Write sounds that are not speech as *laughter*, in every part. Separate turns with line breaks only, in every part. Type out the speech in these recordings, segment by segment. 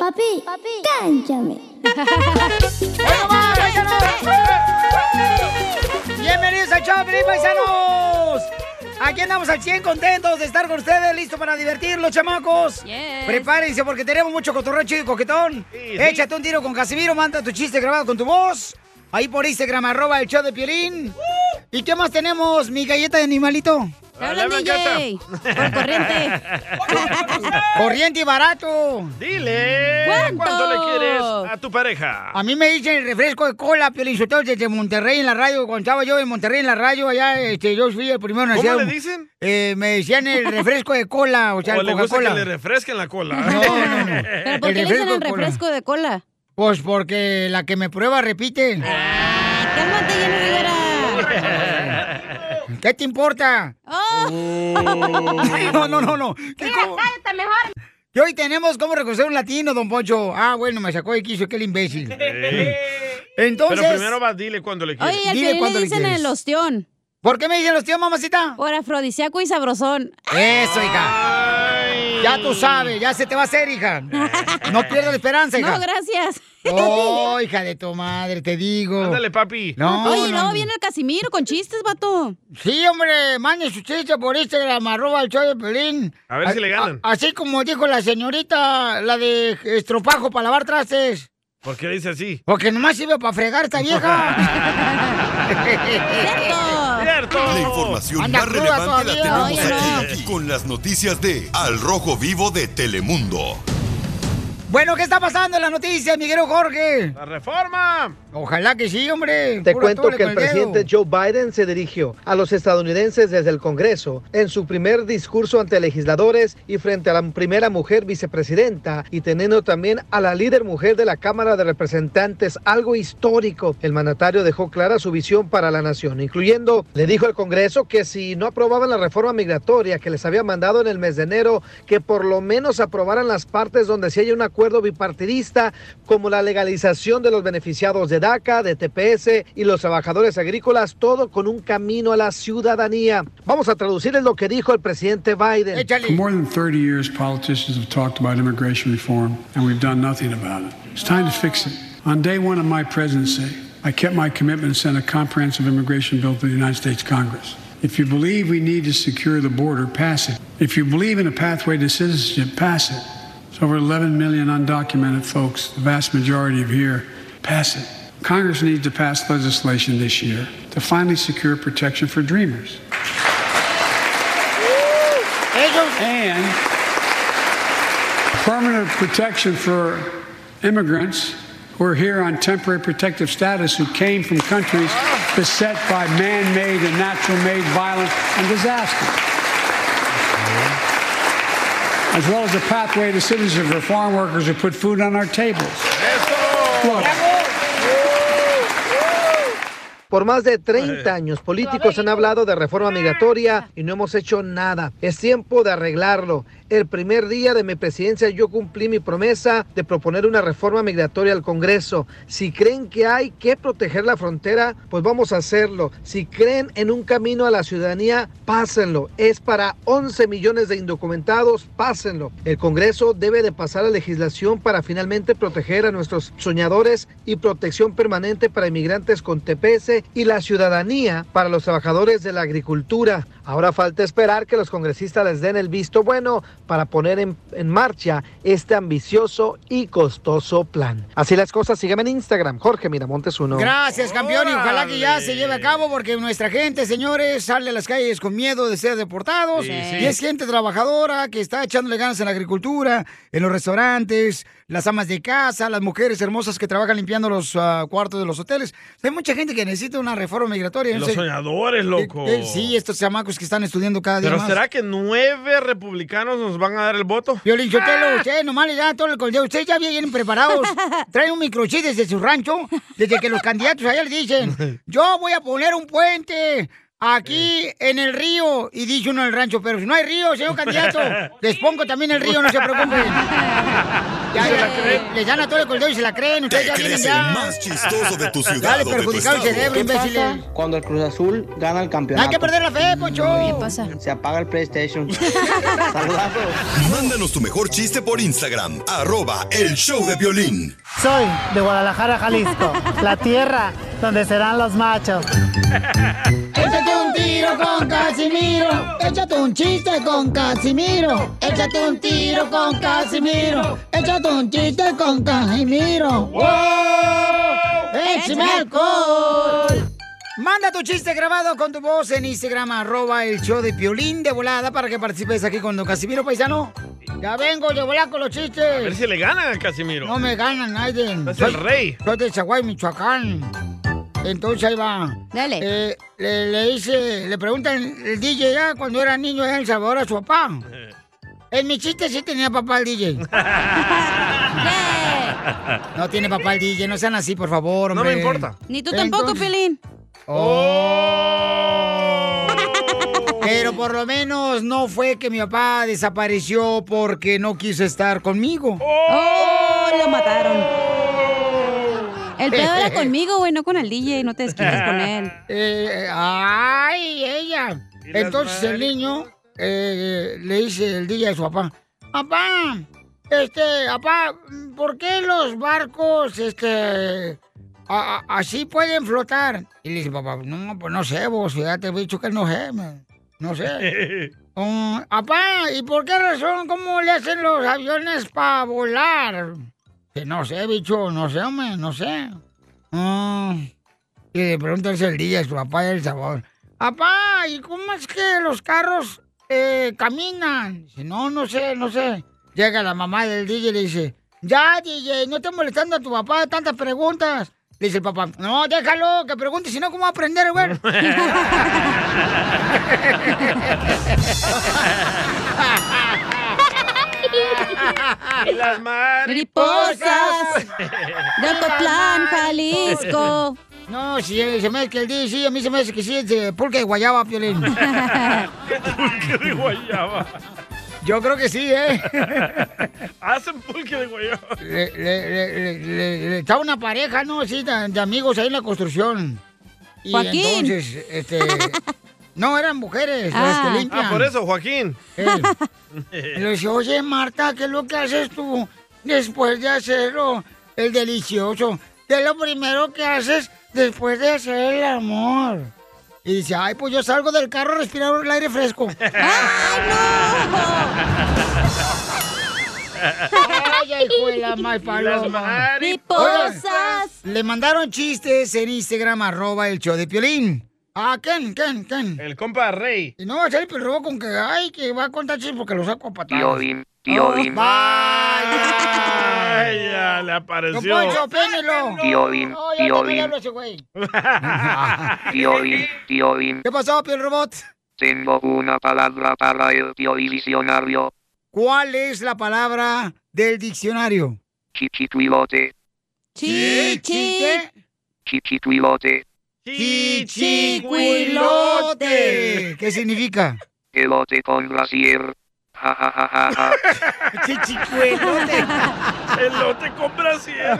Papi, papi, cánchame.
¡Oye, nomás, paisanos! ¡Bienvenidos al show, Felipe paisanos! Aquí andamos al 100 contentos de estar con ustedes, listos para divertirlos, chamacos. Prepárense porque tenemos mucho cotorreo chido y coquetón.
Sí, sí.
Échate un tiro con Casimiro, manda tu chiste grabado con tu voz. Ahí por Instagram, arroba el show de Piolín. ¿Y qué más tenemos, mi galleta de animalito?
Te hablan, Dale, DJ. Con
*laughs*
corriente.
Corriente y barato.
*laughs*
Dile,
¿Cuánto?
¿Cuánto le quieres a tu pareja?
A mí me dicen el refresco de cola, Piolín Sotelo, desde Monterrey en la radio. Cuando estaba yo en Monterrey en la radio, allá este, yo fui el primero en
¿Cómo
hacer-
le dicen?
Eh, me
*laughs*
decían el refresco de cola, o sea,
¿O
el
le gusta que
Coca-Cola.
le refresquen la cola? *laughs*
No, no, no.
¿Pero por
El
qué le dicen el
de cola.
refresco de cola?
Pues porque la que me prueba repite.
Ah.
¡Cálmate, Jenny
Rivera! ¿Qué te importa?
Oh.
Oh.
*laughs* No, no, no, no. ¿Qué co-
mejor!
Y hoy tenemos cómo reconocer un latino, don Poncho. Ah, bueno, me sacó de quiso, aquel imbécil. Entonces.
Pero primero va, dile cuándo le quieres.
Oye, al Piolín le dicen el ostión.
¿Por qué me dicen el ostión, mamacita?
Por afrodisíaco y sabrosón.
Eso, hija. Ya tú sabes, ya se te va a hacer, hija.
*laughs*
No pierdas la esperanza, hija.
No, gracias.
Oh, hija de tu madre, te digo.
Ándale, papi.
No,
Oye,
no,
luego
no.
viene el Casimiro con chistes, vato.
Sí, hombre, mande su chiste por Instagram, arroba el show de Pelín.
A ver si le ganan.
a- así como dijo la señorita, la de estropajo para lavar trastes.
¿Por qué dice así?
Porque nomás sirve para fregar esta
*laughs*
vieja.
La información
Anda
más
cruda todavía.
relevante la tenemos
Oye,
aquí,
no.
aquí, con las noticias de Al Rojo Vivo de Telemundo.
bueno, ¿qué está pasando en las noticias, Miguel Jorge?
La reforma.
Ojalá que sí, hombre.
Te
Pura
cuento
tole
que
con
el
dedo.
presidente Joe Biden se dirigió a los estadounidenses desde el Congreso en su primer discurso ante legisladores y frente a la primera mujer vicepresidenta y teniendo también a la líder mujer de la Cámara de Representantes, algo histórico. El mandatario dejó clara su visión para la nación, incluyendo, le dijo al Congreso que si no aprobaban la reforma migratoria que les había mandado en el mes de enero, que por lo menos aprobaran las partes donde sí hay un acuerdo bipartidista, como la legalización de los beneficiados de DACA, de TPS y los trabajadores agrícolas, todo con un camino a la ciudadanía. Vamos a traducirles lo que dijo el presidente Biden.
For more than 30 years, politicians have talked about immigration reform, and we've done nothing about it. It's time to fix it. On day one of my presidency, I kept my commitment and sent a comprehensive immigration bill to the United States Congress. If you believe we need to secure the border, pass it. If you believe in a pathway to citizenship, pass it. It's over 11 million undocumented folks, the vast majority of here. Pass it. Congress needs to pass legislation this year to finally secure protection for dreamers.
Eh,
And permanent protection for immigrants who are here on temporary protective status who came from countries beset by man made and natural made violence and disaster. As well as a pathway to citizenship for farm workers who put food on our tables. Look,
Por más de 30 años, políticos han hablado de reforma migratoria y no hemos hecho nada. Es tiempo de arreglarlo. El primer día de mi presidencia yo cumplí mi promesa de proponer una reforma migratoria al Congreso. Si creen que hay que proteger la frontera, pues vamos a hacerlo. Si creen en un camino a la ciudadanía, pásenlo. Es para 11 millones de indocumentados, pásenlo. El Congreso debe de pasar la legislación para finalmente proteger a nuestros soñadores y protección permanente para inmigrantes con TPS y la ciudadanía para los trabajadores de la agricultura. Ahora falta esperar que los congresistas les den el visto bueno para poner en, en marcha este ambicioso y costoso plan. Así las cosas, sígueme en Instagram, Jorge Miramontes uno.
Gracias, campeón, y ojalá que ya se
Órale.
lleve a cabo porque nuestra gente, señores, sale a las calles con miedo de ser deportados
Sí,
y
sí.
es gente trabajadora que está echándole ganas en la agricultura, en los restaurantes, las amas de casa, las mujeres hermosas que trabajan limpiando los ah, cuartos de los hoteles. Hay mucha gente que necesita una reforma migratoria. no
Los
sé.
soñadores, loco.
Eh, sí, estos chamacos que están estudiando cada día
¿Pero
más.
será que nueve republicanos nos van a dar el voto?
Violín Sotelo, ustedes nomás le dan todo el coldeo. Ustedes ya vienen preparados. Traen un microchip desde su rancho, desde que los candidatos allá le dicen, yo voy a poner un puente aquí en el río. Y dice uno en el rancho, pero si no hay río, señor candidato, les pongo también el río, no se preocupen. Ya, ya, le- les dan a todo el coldeo y se la creen. Ustedes
Te
ya vienen
crees el
ya.
más chistoso de tu ciudad
Dale
o de tu
perjudicado el
estado.
cerebro,
¿Qué pasa
imbéciles.
cuando el Cruz Azul gana el
No hay
campeonato?
que perder la fe, Pocho.
pasa?
Se apaga el PlayStation. Saludazos.
Mándanos tu mejor chiste por Instagram, arroba el show de violín.
Soy de Guadalajara, Jalisco, la tierra donde serán los machos.
Échate un tiro con Casimiro. Échate un chiste con Casimiro. Échate un tiro con Casimiro. Échate un chiste con Casimiro. ¡Échame alcohol! Manda tu chiste grabado con tu voz en Instagram, arroba el show de Piolín de volada para que participes aquí con Don Casimiro Paisano. Ya vengo de volada con los
A ver
chistes.
si le ganan a Casimiro.
No me ganan nadie.
Es
Soy-
el rey.
Soy de Chaguay, Michoacán. Entonces ahí va.
Dale.
Eh, le, le dice, le preguntan el DJ ya cuando era niño allá en El Salvador a su papá.
Eh.
En mi chiste sí tenía papá el DJ.
*laughs*
No tiene papá el DJ, no sean así, por favor,
No
hombre.
me importa.
Ni tú tampoco,
Entonces- Oh.
Pelín.
Oh.
Pero por lo menos no fue que mi papá desapareció porque no quiso estar conmigo.
¡Oh! Lo mataron. El pedo
*laughs*
era conmigo, güey, no con el DJ. No te desquites con él.
Eh, ay, ella.
Y las
Ah, Entonces el
manos.
niño eh, le dice el día a su papá, papá, este, papá, ¿por qué los barcos, este, a- a- así pueden flotar? Y le dice, papá, no, pues no sé, vos, ya te he dicho que no sé, man, no sé.
*laughs*
Um, papá, ¿y por qué razón, cómo le hacen los aviones para
*laughs*
volar? Que no sé, bicho, no sé, hombre, no sé. Ah, y le pregunta el celdilla a su papá el sabor. Papá, ¿y cómo es que los carros eh, caminan? Dice, no, no sé, no sé. Llega la mamá del DJ y le dice, ya, DJ, no estés molestando a tu papá de tantas preguntas. Le dice el papá, no, déjalo, que pregunte, si no, ¿cómo va a aprender, güey? *laughs*
Y las manos.
*laughs* Mariposas de Ocotlán, Jalisco.
No, si eh, se me hace que el DJ, sí, a mí se me hace que sí, es de pulque de guayaba,
*laughs*
Piolín.
Pulque de guayaba.
Yo creo que sí, ¿eh?
Hacen pulque de guayaba.
le, le- le- le- le- le- estaba una pareja, ¿no? Así, de, de amigos ahí en la construcción. Y
Joaquín.
entonces, este... No, eran mujeres las
Ah.
que limpian.
Ah, por eso, Joaquín.
Ey. Y le dice, oye, Marta, ¿qué es lo que haces tú después de hacerlo? El delicioso. ¿Qué es lo primero que haces después de hacer el amor? Y dice, ay, pues yo salgo del carro a respirar el aire *laughs* fresco.
¡Ay,
ay, hijo de la mal
Y las
paloma.
no!
manos.
¡Mariposas!
Le mandaron chistes en Instagram, arroba el show de Piolín. Ah, ¿quién, quién, quién?
El compa rey.
Y no va a ser el robo con que, ay, que va a contar chistes porque lo saco a patadas.
tío
Oh, vaya.
Ay, ya le
*laughs* Don
apareció.
Poncho, pénelo.
Tío Bim,
No, ya
tío
también le
Bim,
hablo a ese güey.
tío Bim, tío Bim.
*laughs* ¿Qué pasó, Piel Robot?
Tengo una palabra para el tío y diccionario.
¿Cuál es la palabra del diccionario?
Chichicuilote,
¡Chi, chi!
¿Qué?
chichicuilote,
Chichicuilote. ¿Qué significa?
elote con brasier. Ja ja ja ja ja.
*laughs* Chichicuilote.
Elote con
*laughs*
brasier.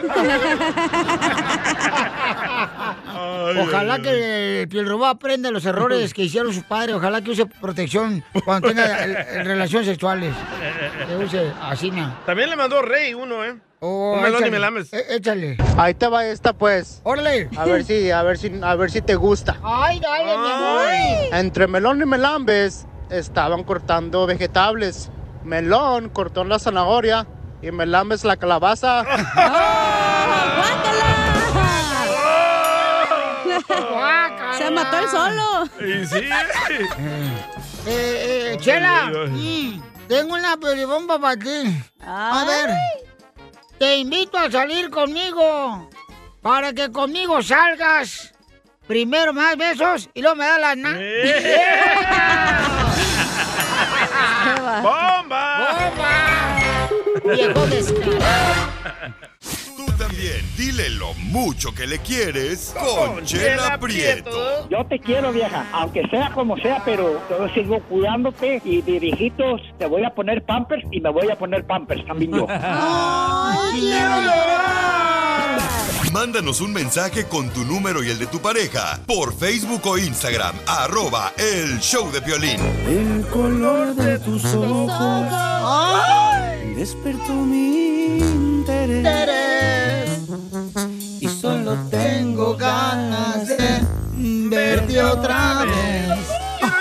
Ay,
Ojalá
ay,
que el Piel Robot aprenda los errores que hicieron sus padres. Ojalá que use protección cuando *laughs* tenga eh, relaciones sexuales. Que use asina.
ay. También le mandó Rey uno, ¿eh?
Oh,
Un melón y
échale.
me lames.
Eh, Échale.
Ahí te va esta pues.
Órale.
A ver si, a ver si, a ver si te gusta.
Ay, dale, mi amor.
Entre melón y melambes estaban cortando vegetables. Melón cortó la zanahoria y melambes la
*laughs*
calabaza.
¡Guácala!
Guácala.
Se mató el solo.
Y sí.
Eh, eh, Chela,
ay, ay.
mm, tengo una pelibomba para ti. A ver, te invito a salir conmigo para que conmigo salgas. Primero me das besos y luego me das la na...
Eh.
*laughs*
¡Bomba!
¡Bomba! Viejo descarado.
Tú también También dile lo mucho que le quieres con Chela Prieto.
Yo te quiero, vieja, aunque sea como sea, pero yo sigo cuidándote y de viejitos te voy a poner pampers y me voy a poner pampers también *laughs* yo.
Mándanos un mensaje con tu número y el de tu pareja por Facebook o Instagram, arroba el show de violín.
El color de tus ojos despertó mi interés y solo tengo ganas de verte otra vez.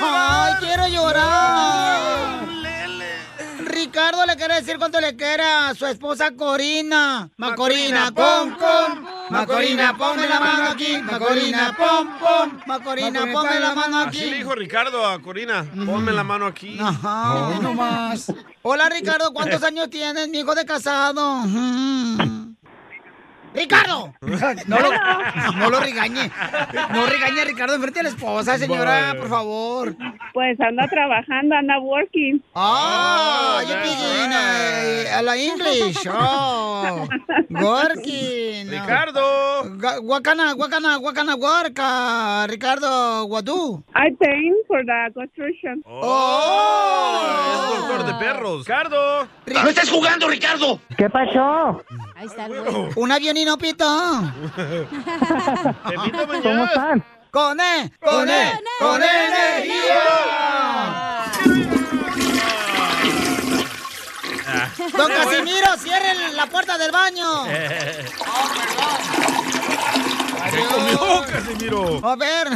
¡Ay, quiero llorar! Ricardo le quiere decir cuánto le quiera a su esposa Corina. Macorina, pom, pom. Macorina, ponme la mano aquí. Macorina, pom, pom. Macorina, ponme la mano
Así le
aquí.
dijo Ricardo a Corina, ponme la mano aquí.
Ajá, hoy nomás. *laughs* Hola, Ricardo, ¿cuántos años tienes, mi hijo de casado? *laughs* Mm. ¡Ricardo! No *laughs* lo, no lo regañe. No regañe a Ricardo enfrente de la esposa, señora,
Vale.
por favor.
Pues anda trabajando, anda working.
¡Ah! yo pidí eh, a la English. ¡Oh! Working.
Ricardo.
Ga- Guacana, guacana, guacana, guarca. Ricardo, what do?
I paying for the construction.
¡Oh! *laughs* Es doctor de perros. ¡Ricardo!
¡No estés jugando,
Ricardo!
¿Qué pasó?
Ahí está
Un avión y no pito.
¿Cómo están?
Con E, con E, con energía. Ah. Don Casimiro, cierren la puerta del baño.
*laughs* ¿Qué comió, Casimiro?
A ver,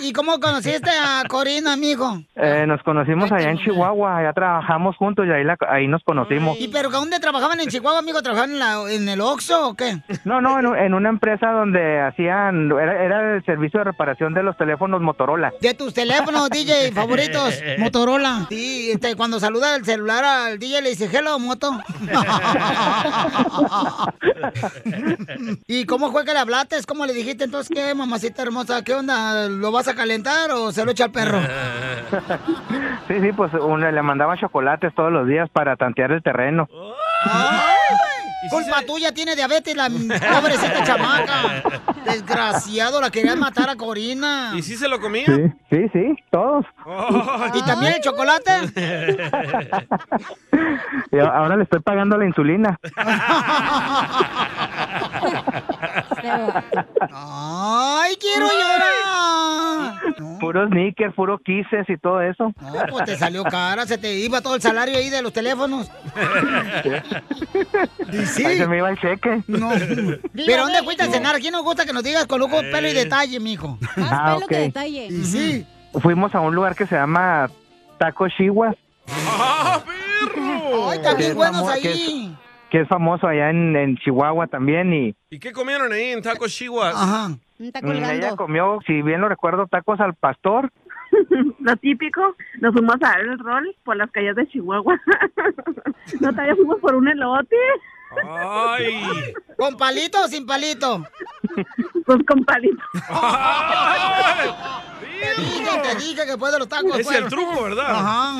¿y, y cómo conociste a Corina, amigo?
Eh, nos conocimos allá en Chihuahua, allá trabajamos juntos y ahí, la- ahí nos conocimos.
¿Y pero dónde trabajaban en Chihuahua, amigo? ¿Trabajaban en, la- en el Oxxo o qué?
No, no, en, un- en una empresa donde hacían, era, era el servicio de reparación de los teléfonos Motorola.
De tus *laughs* teléfonos, DJ, favoritos, Motorola. Sí, este, cuando saluda el celular al DJ le dice, hello, moto. *laughs* ¿Y cómo fue que le hablaste? ¿Cómo le dijiste entonces qué, mamacita hermosa? ¿Qué onda? ¿Lo vas a calentar o se lo echa al *laughs* perro?
Sí, sí, pues uno le mandaba chocolates todos los días para tantear el terreno.
Culpa tuya, tiene diabetes la pobrecita *laughs* chamaca. Desgraciado, la *laughs* querían matar a Corina.
¿Y si se lo comía?
Sí, sí, sí, todos.
¿Y también el chocolate? *laughs*
Y a- ahora le estoy pagando la
*laughs*
insulina.
¡Ay, quiero llorar!
Puro sneakers, puro kisses y todo eso.
No, pues te salió cara, se te iba todo el salario ahí de
*laughs*
los teléfonos.
Ahí se me iba el cheque. *laughs*
No. ¿Pero dónde fuiste a cenar? ¿Quién nos gusta que nos digas con lujo,
Eh.
pelo y detalle, mijo?
Ah, ok.
Y sí.
Fuimos a un lugar que se llama Taco Chihuahua,
¡Ay, también
Sí,
buenos
mamá,
ahí!
que es famoso allá en, en Chihuahua también y...
¿Y qué comieron ahí en Taco Chihuahua?
Ajá.
Mm, Ella comió, si bien lo recuerdo, tacos al pastor.
Lo típico, nos fuimos a dar el rol por las calles de Chihuahua. *laughs* no, todavía fuimos por un elote.
¡Ay!
¿Con palito o sin palito?
Pues con palito.
*laughs* Te dije, te dije que fue de los tacos.
Es
fue.
el truco, ¿verdad?
pues. Ajá.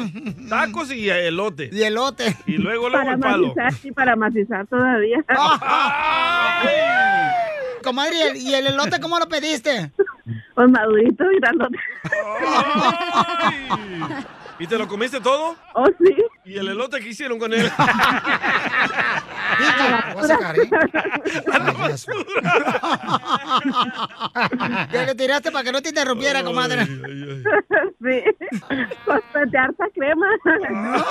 Tacos y elote.
Y elote.
Y luego, luego
Para
el palo.
macizar, sí, para macizar todavía.
*laughs* Comadre, ¿y el- ¿y el elote cómo lo
*laughs*
pediste?
Pues madurito y grandote. *laughs*
¿Y te lo comiste todo?
Oh, sí.
¿Y el elote que hicieron con él?
¿eh? *laughs* Te lo tiraste para que no te interrumpiera, comadre.
Sí. Pues de harta crema.
Ah.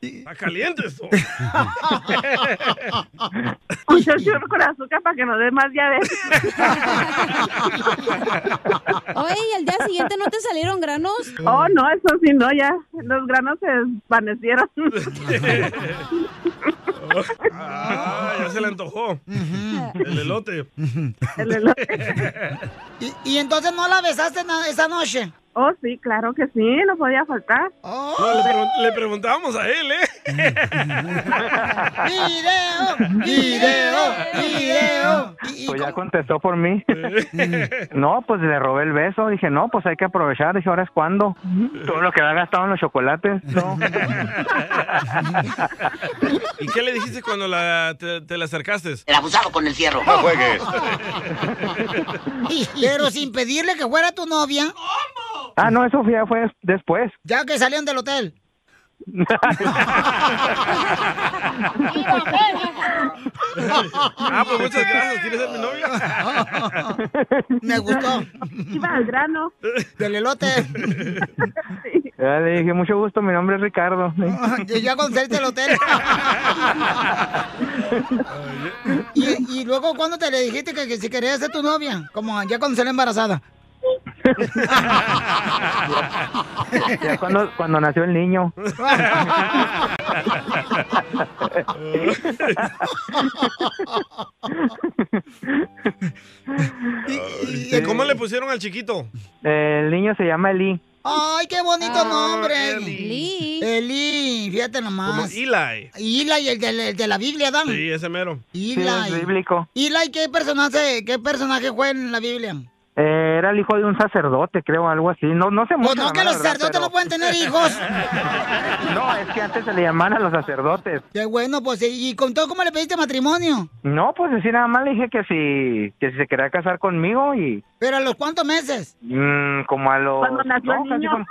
Está caliente
*laughs*
esto.
Un chorro con azúcar para que no dé más diabetes.
Oye, ¿y al día siguiente no te salieron granos?
Oh, no, eso sí, no, ya. Los granos se desvanecieron.
*laughs*
*laughs*
Ah, ya se le antojó. El elote.
El elote. *laughs*
¿Y, y entonces no la besaste na- esa noche? Oh.
Oh, sí, claro que sí, no podía faltar.
No, le, pregun- le preguntábamos a él, ¿eh?
¡Video! ¡Video! ¡Video!
Pues ya contestó por
*laughs*
mí. No, pues le robé el beso. Dije, no, pues hay que aprovechar. Dije, ahora es cuando.
Mm.
Todo lo que había gastado en los
*laughs*
chocolates. No.
¿Y qué le dijiste cuando la, te, te le acercaste?
El abusado con el fierro. No juegues. Pero sin pedirle que fuera tu novia.
Ah, no, eso ya fue después. *laughs*
Ya que salieron del hotel.
*laughs* ah, pues muchas gracias. ¿Quieres ser mi novia?
Me gustó.
Iba al grano.
Del elote.
*laughs*
Ya le dije, mucho gusto, mi nombre es Ricardo.
Yo ya cuando saliste
*laughs*
del hotel. y, y luego, cuando te le dijiste que, que si querías ser tu novia? Como ya cuando salió embarazada.
Ya cuando, cuando nació el niño.
¿Y cómo le pusieron al chiquito?
El niño se llama Eli.
¡Ay, qué bonito nombre!
Ah, Eli.
Eli, fíjate
Como
nomás.
Eli.
Eli, el de, el de la Biblia, Dan.
Sí, ese mero.
Eli. Eli, ¿qué personaje, ¿qué personaje fue en la Biblia?
Eh, era el hijo de un sacerdote, creo, algo así. No, no se
Pues no, que los sacerdotes no pueden tener hijos.
*laughs* No, es que antes se le llamaban a los sacerdotes.
Qué bueno, pues, ¿y y con todo cómo le pediste matrimonio?
No, pues así nada más le dije que si, que si se quería casar conmigo y
¿Pero a los cuántos meses?
mm, como a los...
Cuando nació el
no, casi
niño.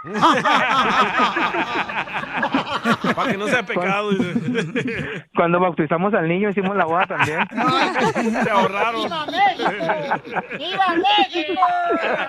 *laughs*
*laughs*
Para que no sea pecado. dice.
*laughs* Cuando bautizamos al niño hicimos la boda
*laughs*
también.
Se ahorraron.
¡Viva México!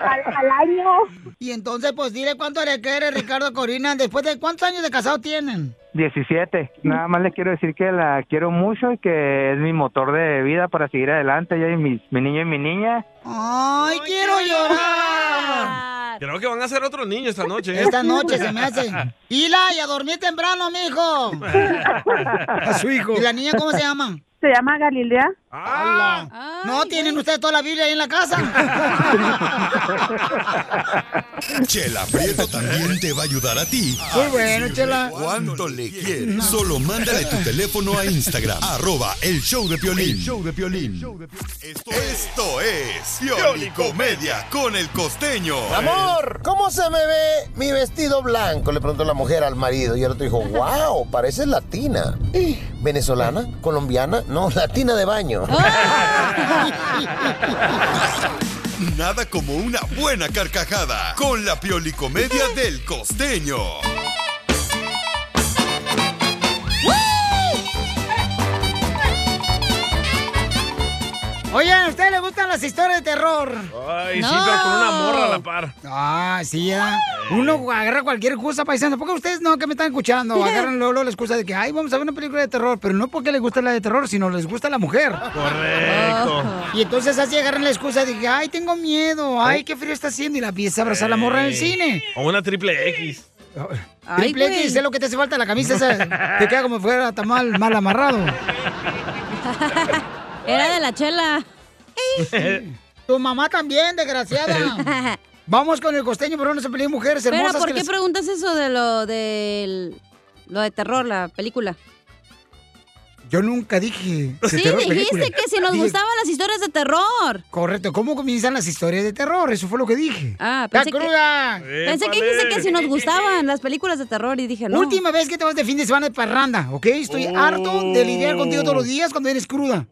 Al, año. Y entonces, pues dile cuánto le quiere Ricardo Corina. Después de cuántos años de casado tienen.
17. Nada más le quiero decir que la quiero mucho y que es mi motor de vida para seguir adelante. Yo y mis- mi niño y mi niña.
¡Ay, quiero llorar!
Creo que van a hacer otro niño esta noche. ¿eh?
Esta noche se me hace.
*laughs*
Hila, y a dormir temprano, mijo.
A su hijo.
¿Y la niña cómo se llama?
Se llama Galilea.
Ala. No tienen ustedes toda la Biblia ahí en la casa.
*laughs*
Chela Prieto también te va a ayudar a ti.
Muy bueno,
a
Chela.
¿Cuánto le quieres? Solo mándale tu teléfono a *laughs* Instagram. arroba el show de Piolín. show de Piolín. Esto es Pioli Comedia con el costeño.
Amor, ¿cómo se me ve mi vestido blanco? Le preguntó la mujer al marido y el otro dijo, wow, pareces latina. ¿Venezolana? ¿Colombiana? No, latina de baño.
Ah,
Nada como una buena carcajada con la Pioli Comedia del costeño.
Oigan, ¿a ustedes les gustan las historias de terror?
Ay, sí, pero con una morra a la par.
Ah, sí, ¿eh? Uno agarra cualquier excusa paisano. ¿Por qué ustedes no que me están escuchando? Agarran luego, luego la excusa de que, ay, vamos a ver una película de terror. Pero no porque les gusta la de terror, sino les gusta la mujer.
Correcto.
Y entonces así agarran la excusa de que, ay, tengo miedo, ay, qué frío está haciendo. Y la empieza a abrazar la morra en el cine.
O una triple X.
Triple X, sé lo que te hace falta la camisa esa. Te queda como fuera tan mal, mal amarrado.
*laughs* Era de la chela.
Tu mamá también,
*laughs*
desgraciada. Vamos con el costeño, pero no se peleen mujeres
Pero,
hermosas.
¿por
que
qué
les-
preguntas eso de lo del lo de terror, la
*laughs*
película?
Yo nunca dije. de
Sí,
terror
dijiste
película.
que si nos
Dije-
gustaban las historias de terror.
Correcto, ¿cómo comienzan las historias de terror? Eso fue lo que dije.
Ah,
¡La
pensé que-
cruda!
Pensé que dijiste que si nos gustaban las películas de terror y dije no.
Última vez que te vas de fin de semana de parranda, ¿ok? Estoy harto de lidiar contigo todos los
Oh.
días cuando eres cruda.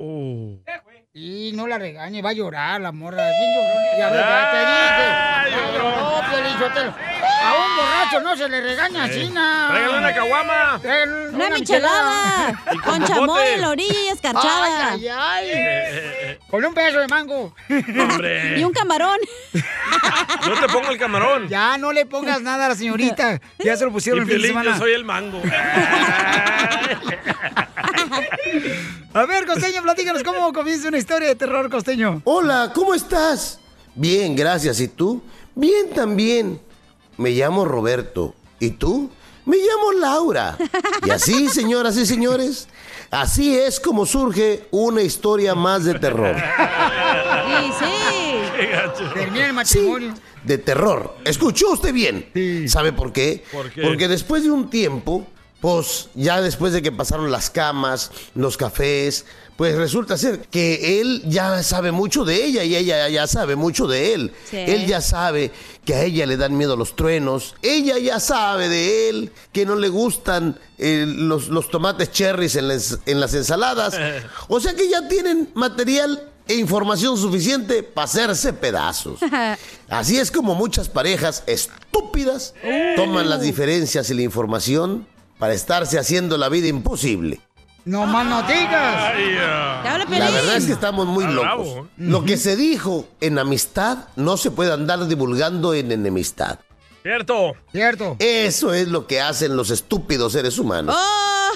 Y no la regañe, va a llorar la morra. Bien llorona. Ya, ya te dije. Ya lloró, Piolín Sotelo. A un borracho no se le regaña,
Sí.
China.
Tráigale una caguama.
Tráigale
Una michelada.
Y
Con
popote.
chamoy, la orilla y escarchada.
Ay, ay, ay. Con un pedazo de mango.
Eh.
*laughs*
Hombre. Y un
camarón.
Yo te pongo el camarón.
Ya no le pongas nada a la señorita. Ya se lo pusieron
Y
el fin de
Piolín, yo
semana.
soy el
*laughs*
mango.
A ver, Costeño, platícanos cómo comienza una historia de terror, Costeño.
Hola, ¿cómo estás? Bien, gracias. ¿Y tú? Bien también. Me llamo Roberto. ¿Y tú? Me llamo Laura. Y así, señoras y señores, así es como surge una historia más de terror.
Sí, sí.
Termina el matrimonio.
de terror. Escuchó usted bien. ¿Sabe por qué?
¿Por qué?
Porque después de un tiempo, pues ya después de que pasaron las camas, los cafés, pues resulta ser que él ya sabe mucho de ella y ella ya sabe mucho de él.
Sí.
Él ya sabe que a ella le dan miedo los truenos. Ella ya sabe de él que no le gustan eh, los, los tomates cherries en las, en las
*laughs*
ensaladas. O sea que ya tienen material e información suficiente para hacerse pedazos. Así es como muchas parejas estúpidas toman las diferencias y la información para estarse haciendo la vida imposible.
No más no digas.
La verdad es que estamos muy locos. Lo que se dijo en amistad no se puede andar divulgando en enemistad.
Cierto.
Cierto.
Eso es lo que hacen los estúpidos seres humanos.
Oh.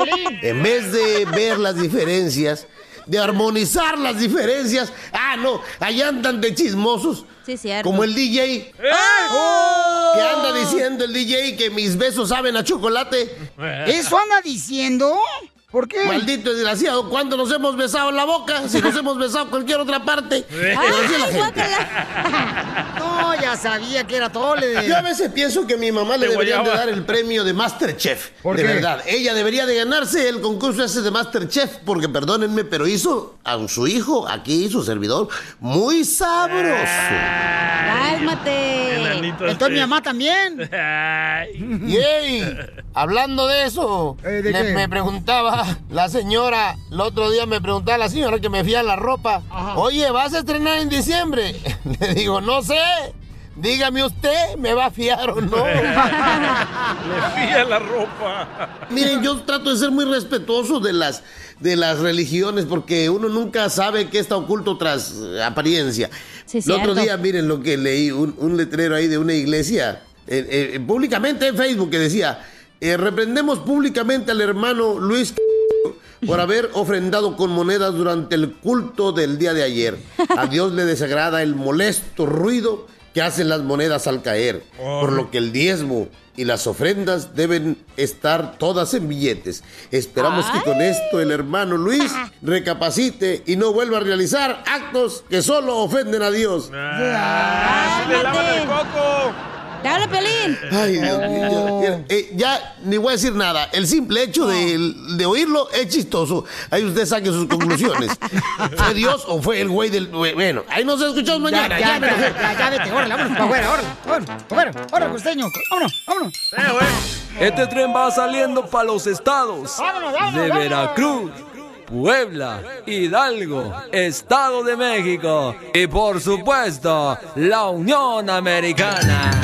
Oh. *laughs*
En vez de ver las diferencias, de armonizar las diferencias, ah, no, allá andan de chismosos.
Sí, cierto.
Como el DJ.
¡Eh!
Que anda diciendo el DJ que mis besos saben a chocolate.
¿Eso anda diciendo? ¿Por qué?
Maldito desgraciado, ¿cuándo nos hemos besado en la boca? Si nos hemos besado en cualquier otra parte.
Ah,
Pero así es la gente.
*laughs* No, ya sabía que era
*laughs*
tole.
Yo a veces pienso que mi mamá le
De
deberían de
guayaba.
dar el premio de Masterchef.
¿Por
de
qué?
verdad. Ella debería de ganarse el concurso ese de Masterchef, porque perdónenme, pero hizo a su hijo, aquí su servidor, muy sabroso.
Cálmate.
Enanito
Entonces mi
este.
mamá también.
Yey, hablando de eso,
¿de
le-
qué?
me preguntaba la señora, el otro día me preguntaba la señora que me fía la ropa, oye, ¿vas a estrenar en diciembre? *laughs* Le digo, no sé, dígame usted, ¿me va a fiar o
*laughs*
no?
Fía la ropa.
Miren, yo trato de ser muy respetuoso de las, de las religiones porque uno nunca sabe qué está oculto tras eh, apariencia.
Sí,
el otro
cierto.
día, miren lo que leí, un, un letrero ahí de una iglesia, eh, eh, públicamente en Facebook, que decía, eh, reprendemos públicamente al hermano Luis por haber ofrendado con monedas durante el culto del día de ayer. A Dios le desagrada el molesto ruido que hacen las monedas al caer, por lo que el diezmo y las ofrendas deben estar todas en billetes. Esperamos que con esto el hermano Luis recapacite y no vuelva a realizar actos que solo ofenden a Dios.
le lavan el coco.
¡Te hablo, Pelín!
Ay, Dios mío, ya, mira, eh, ya ni voy a decir nada. El simple hecho de, de oírlo es chistoso. Ahí usted saque
*laughs*
sus conclusiones. ¿Fue Dios o fue el güey del.? Bueno, ahí nos escuchamos mañana.
Ya, ya,
me
ya,
enojé.
ya, ya, vete, órale, vámonos, para afuera, órale, órale, para afuera, órale, costeño, vámonos, vámonos.
Este tren va saliendo para los estados
Vámonos, vámonos,
de
vámonos.
Veracruz, Puebla, Hidalgo, Estado de México y por supuesto la Unión Americana.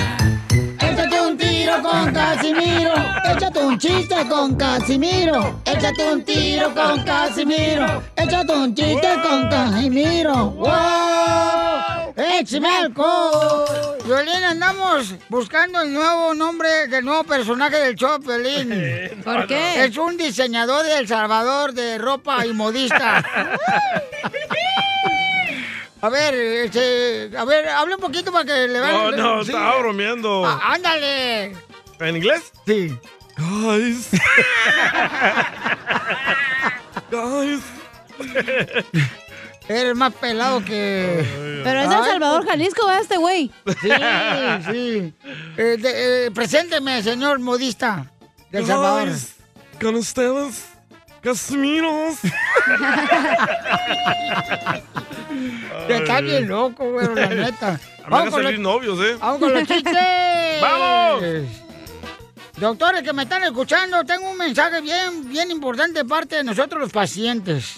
Échate un tiro con Casimiro. Échate un chiste con Casimiro. Échate un tiro con Casimiro. Échate un chiste con Casimiro. ¡Wow! ¡Échame alcohol! Violín, andamos buscando el nuevo nombre del nuevo personaje del show, Violín.
¿Por qué?
Es un diseñador de El Salvador de ropa
*laughs*
y modista. A ver, este, a ver, hable un poquito para que le
No,
vean.
no,
Sí.
estaba bromeando. *laughs*
Ah, ándale.
¿En inglés?
Sí.
Guys.
*laughs*
Guys.
Eres más pelado que.
Pero es El
Ay,
Salvador, Jalisco, va este güey.
Sí, sí. Eh, de- eh, presénteme, señor modista del Salvador.
Guys, Con ustedes, Casimiros.
Te Está bien loco, güey, la neta. Ah,
A mí me van a salir
los-
novios, ¿eh?
vamos con los chistes.
¡Vamos!
Eh, Doctores que me están escuchando, tengo un mensaje bien, bien importante de parte de nosotros los pacientes.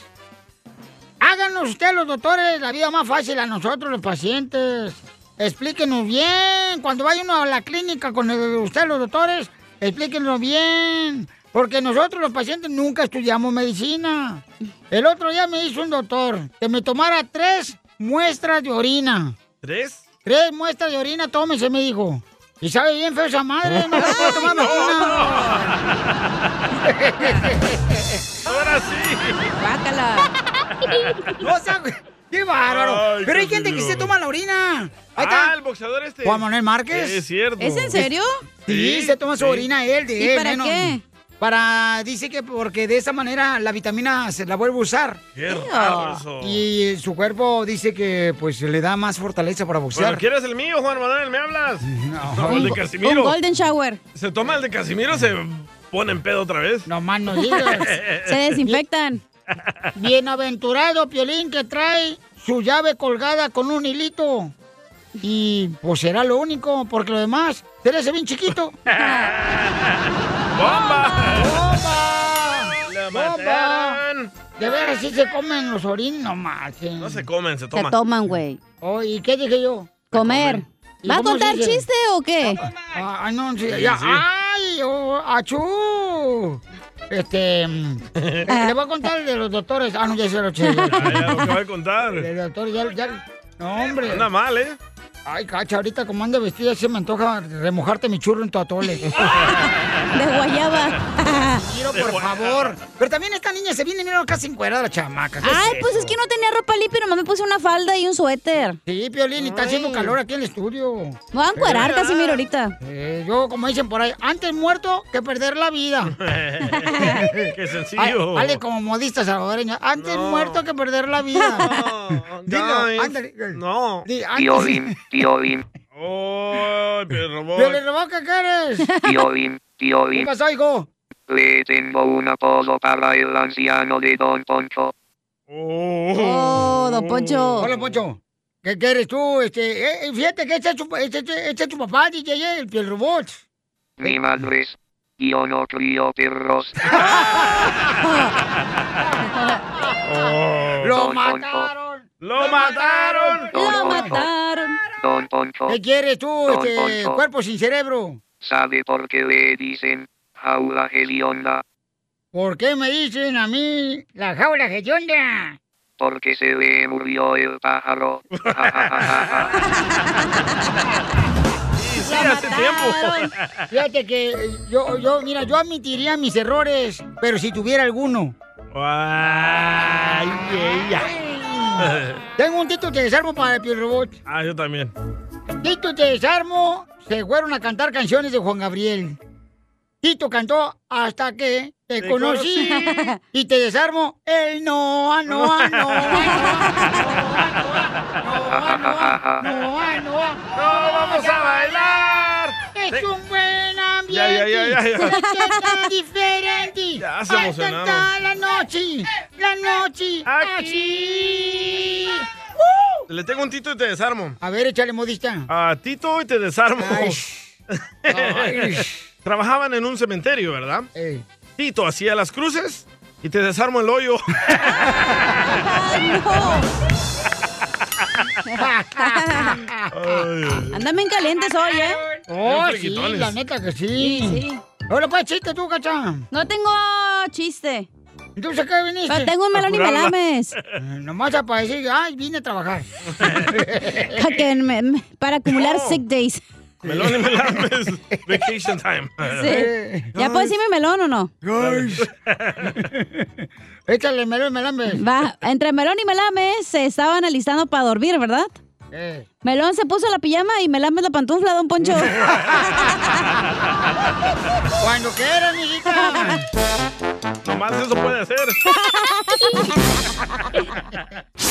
Háganos ustedes los doctores la vida más fácil a nosotros los pacientes. Explíquenos bien. Cuando vaya uno a la clínica con el- ustedes los doctores, explíquenos bien. Porque nosotros los pacientes nunca estudiamos medicina. El otro día me hizo un doctor que me tomara tres muestras de orina.
¿Tres?
Tres muestras de orina, tómese, me dijo. Y sabe bien feo esa madre, no se puede tomar vacuna.
Ahora sí.
Bácala. *laughs* No, o sea, qué bárbaro.
Ay,
Pero hay gente que
Casimiro.
se toma la orina. Ahí
Ah,
está.
el boxeador este.
Juan Manuel Márquez.
Es cierto.
Sí, se toma su orina él de él. neno. para, dice que porque de esa manera la vitamina se la vuelve a usar.
Qué raro eso.
Y su cuerpo dice que pues le da más fortaleza para boxear.
Bueno, ¿quieres el mío, Juan Manuel? ¿Me hablas? No,
Un-
el de Casimiro.
Un golden shower.
Se toma el de Casimiro, se pone en pedo otra vez.
No más no
*laughs*
digas.
Se desinfectan.
Bienaventurado Piolín que trae su llave colgada con un hilito. Y pues será lo único, porque lo demás, él es bien
*laughs*
chiquito.
¡Bomba!
¡Bomba!
¡La
¡Bomba! De veras, sí se comen los orines, no más.
No se comen, se
Se
toman.
toman, güey.
Oh, ¿Y qué dije yo?
Comer.
¿Y
¿Va a
cómo
contar
se dice?
chiste o qué?
Ah, no, sí,
Sí,
ya,
sí.
¡Ay! oh, ¡Achú!
*laughs*
Este. mm,
*laughs*
le voy a contar el de los doctores. Ah, no, ya se lo eché.
Ya, ya, lo que voy a contar.
El doctor ya. ya- no, hombre.
Anda mal, ¿eh?
Ay, cacha, ahorita como anda vestida, se me antoja remojarte mi churro en tu atole. De
guayaba.
Tiro, por favor. Pero también esta niña se viene, mira, casi encuerada la chamaca. ¿Qué
Ay, pues
eso?
es que no tenía ropa limpia, nomás me puse una falda y un suéter.
Sí, Piolín, y está haciendo calor aquí en el estudio.
Me voy a encuerar,
Pero-
Casimiro, ahorita.
Eh, yo, *laughs* como dicen por ahí, antes muerto que perder la vida.
*laughs* Qué sencillo.
oh.
Ay, Ale, como modista salvadoreña. Antes muerto que perder la vida. Dilo, ándale.
No. *laughs*
Di, ah.
Tío
antes.
Bim, tío Bim,
Ay, perro. boy.
Piolín Robot, ¿qué quieres?
tío Bim, tío
¿Qué
Bim.
pasó, hijo?
Le tengo un apodo para el anciano de Don Poncho.
Oh, don Poncho.
Hola, Poncho. ¿Qué quieres tú? Este, eh, fíjate que este es tu, este- este- este es tu papá, DJ, el Piel Robot.
Mi madre es. Yo no crío perros.
Lo
Don Poncho,
¡Lo *laughs* mataron!
Lo mataron.
Don Poncho.
¿Qué quieres tú,
Don
este,
Poncho.
cuerpo sin cerebro?
¿Sabe por qué le dicen jaula hedionda?
¿Por qué me dicen a mí la jaula hedionda?
Porque se le murió el pájaro. Ja, ja, ja, ja, ja.
Sí, hace tiempo.
Fíjate que eh, yo, yo, mira, yo admitiría mis errores, pero si tuviera alguno.
Ay, ella.
Tengo un tito te desarmo para el Piel Robot.
Ah, yo también.
Tito te desarmo, se fueron a cantar canciones de Juan Gabriel. Tito cantó hasta que te,
Te
conocí.
conocí.
*laughs* y te desarmo el no, no, no, no, no,
vamos a bailar.
Es un buen ambiente.
Ya, ya, ya, ya, ya.
Está diferente.
*laughs* Ya se
Ay,
emocionaron.
tanta la noche, la noche. Aquí.
Le tengo un tito y te desarmo.
A ver, échale modista.
A tito y te desarmo. *laughs*
Ay.
Trabajaban en un cementerio, ¿verdad?
Ey.
Tito hacía las cruces y te desarmo el
*laughs*
hoyo. *laughs*
Andame en calientes hoy, ¿eh?
Oh, sí, la neta que sí.
Sí, sí.
Ahora, pues, chiste tú, cacha.
No tengo chiste.
Entonces, ¿qué viniste?
Pero Ah, tengo un melón y
Apurarla. *laughs* Eh,
melames.
Nomás para decir, ay, vine a trabajar.
Para, que me- me- para acumular sick days.
Melón y
*laughs*
melames. Vacation time.
Sí. ¿Ya puedo decirme melón o no?
*laughs*
Échale melón y melames.
Va, entre melón y melames se estaban alistando para dormir, ¿verdad?
Eh.
Melón se puso la pijama y melames la pantufla,
*laughs*
*laughs*
don Poncho.
Cuando quieras, mijita.
Nomás eso puede hacer.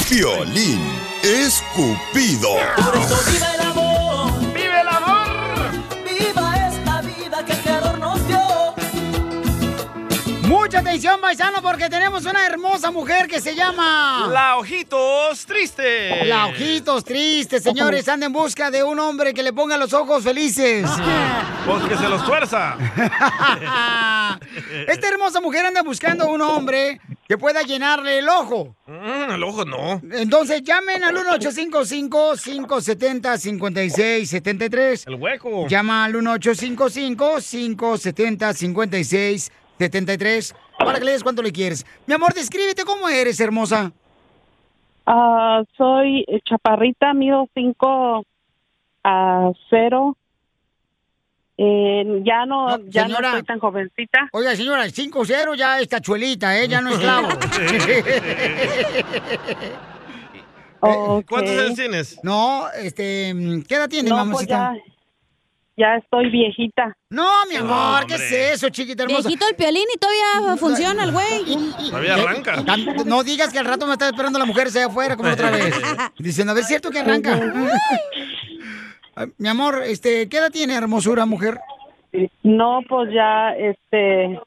Violín escupido.
¡Viva el amor! ¡Viva el amor! ¡Viva esta vida que el creador nos dio!
Mucha atención, paisano, porque tenemos una hermosa mujer que se llama...
La ojitos triste.
La ojitos tristes, señores, anda en busca de un hombre que le ponga los ojos felices.
Porque se los tuerza.
*laughs* Esta hermosa mujer anda buscando un hombre que pueda llenarle el ojo.
Mm, el ojo no.
Entonces llamen al 1-855-570-5673.
El hueco.
Llama al 1-855-570-5673 para que le des cuánto le quieres. Mi amor, descríbete cómo eres, hermosa.
Ah, soy chaparrita, mido 5 a 0. ya no,
No,
ya
señora.
no soy tan jovencita.
Oiga, señora, el 5-0 ya está chuelita, ¿eh? Ya no es
*laughs*
clavo. *laughs*
Ok.
¿Cuántos años tienes? *laughs*
No, este, ¿qué edad tiene,
Oh, No, pues
mamacita?
ya. Ya estoy viejita.
No, Ah, mi amor, ¿qué es eso, chiquita hermosa?
Viejito el piolín y todavía funciona el güey.
Todavía arranca.
Can- Eh, No digas que al rato me está esperando la mujer allá afuera como la otra
*laughs*
vez. Diciendo, ¿es cierto que arranca? *laughs* Ay, mi amor, este, ¿qué edad tiene hermosura, mujer?
No, pues ya, este,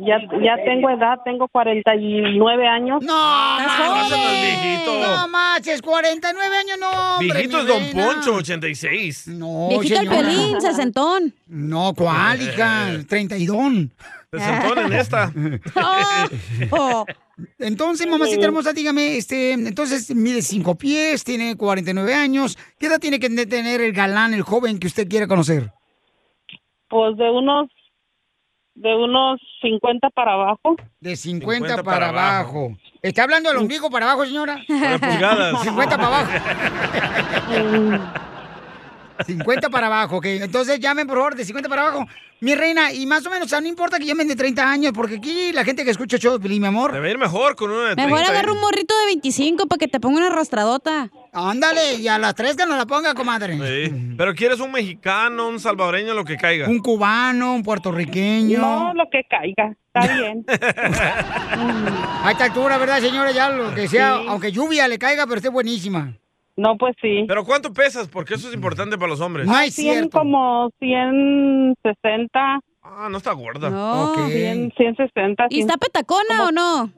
ya, ya tengo edad, tengo 49 años.
No,
viejito.
No manches, 49 años, no, hombre,
Viejito
mi
es Don
reina.
Poncho, 86.
No,
Viejito el
Oh, señora.
piolín, sesentón.
No, ¿cuál, hija? Treinta y don.
Se sentó en
*laughs*
esta.
Oh.
*laughs* Entonces, mamacita hermosa, dígame, este, entonces mide cinco pies, tiene 49 años. ¿Qué edad tiene que tener el galán, el joven que usted quiera conocer?
Pues de unos, de unos 50 para abajo.
De 50, para, abajo. ¿Está hablando del ombligo para abajo, señora?
las pulgadas.
50 para
*laughs*
abajo. 50 para abajo, ok. Entonces llamen, por favor, de 50 para abajo. Mi reina, y más o menos, o sea, no importa que llamen de 30 años, porque aquí la gente que escucha el show, de Piolín, mi amor.
Debe ir mejor con una de 30.
Mejor agarra
¿eh?
un morrito de 25 para que te ponga una rastradota.
Ándale, y a las 3 que nos la ponga, comadre.
Sí. Pero quieres un mexicano, un salvadoreño, lo que caiga.
Un cubano, un puertorriqueño.
No,
lo que caiga, *laughs* está bien. A esta altura, ¿verdad, señora? Ya lo que sea,
Sí.
aunque lluvia le caiga, pero esté buenísima.
No, pues sí.
Pero ¿cuánto pesas? Porque eso es importante para los hombres.
Cien, como 160.
Ah, no está gorda.
No, 100, 160.
¿Y está petacona o no?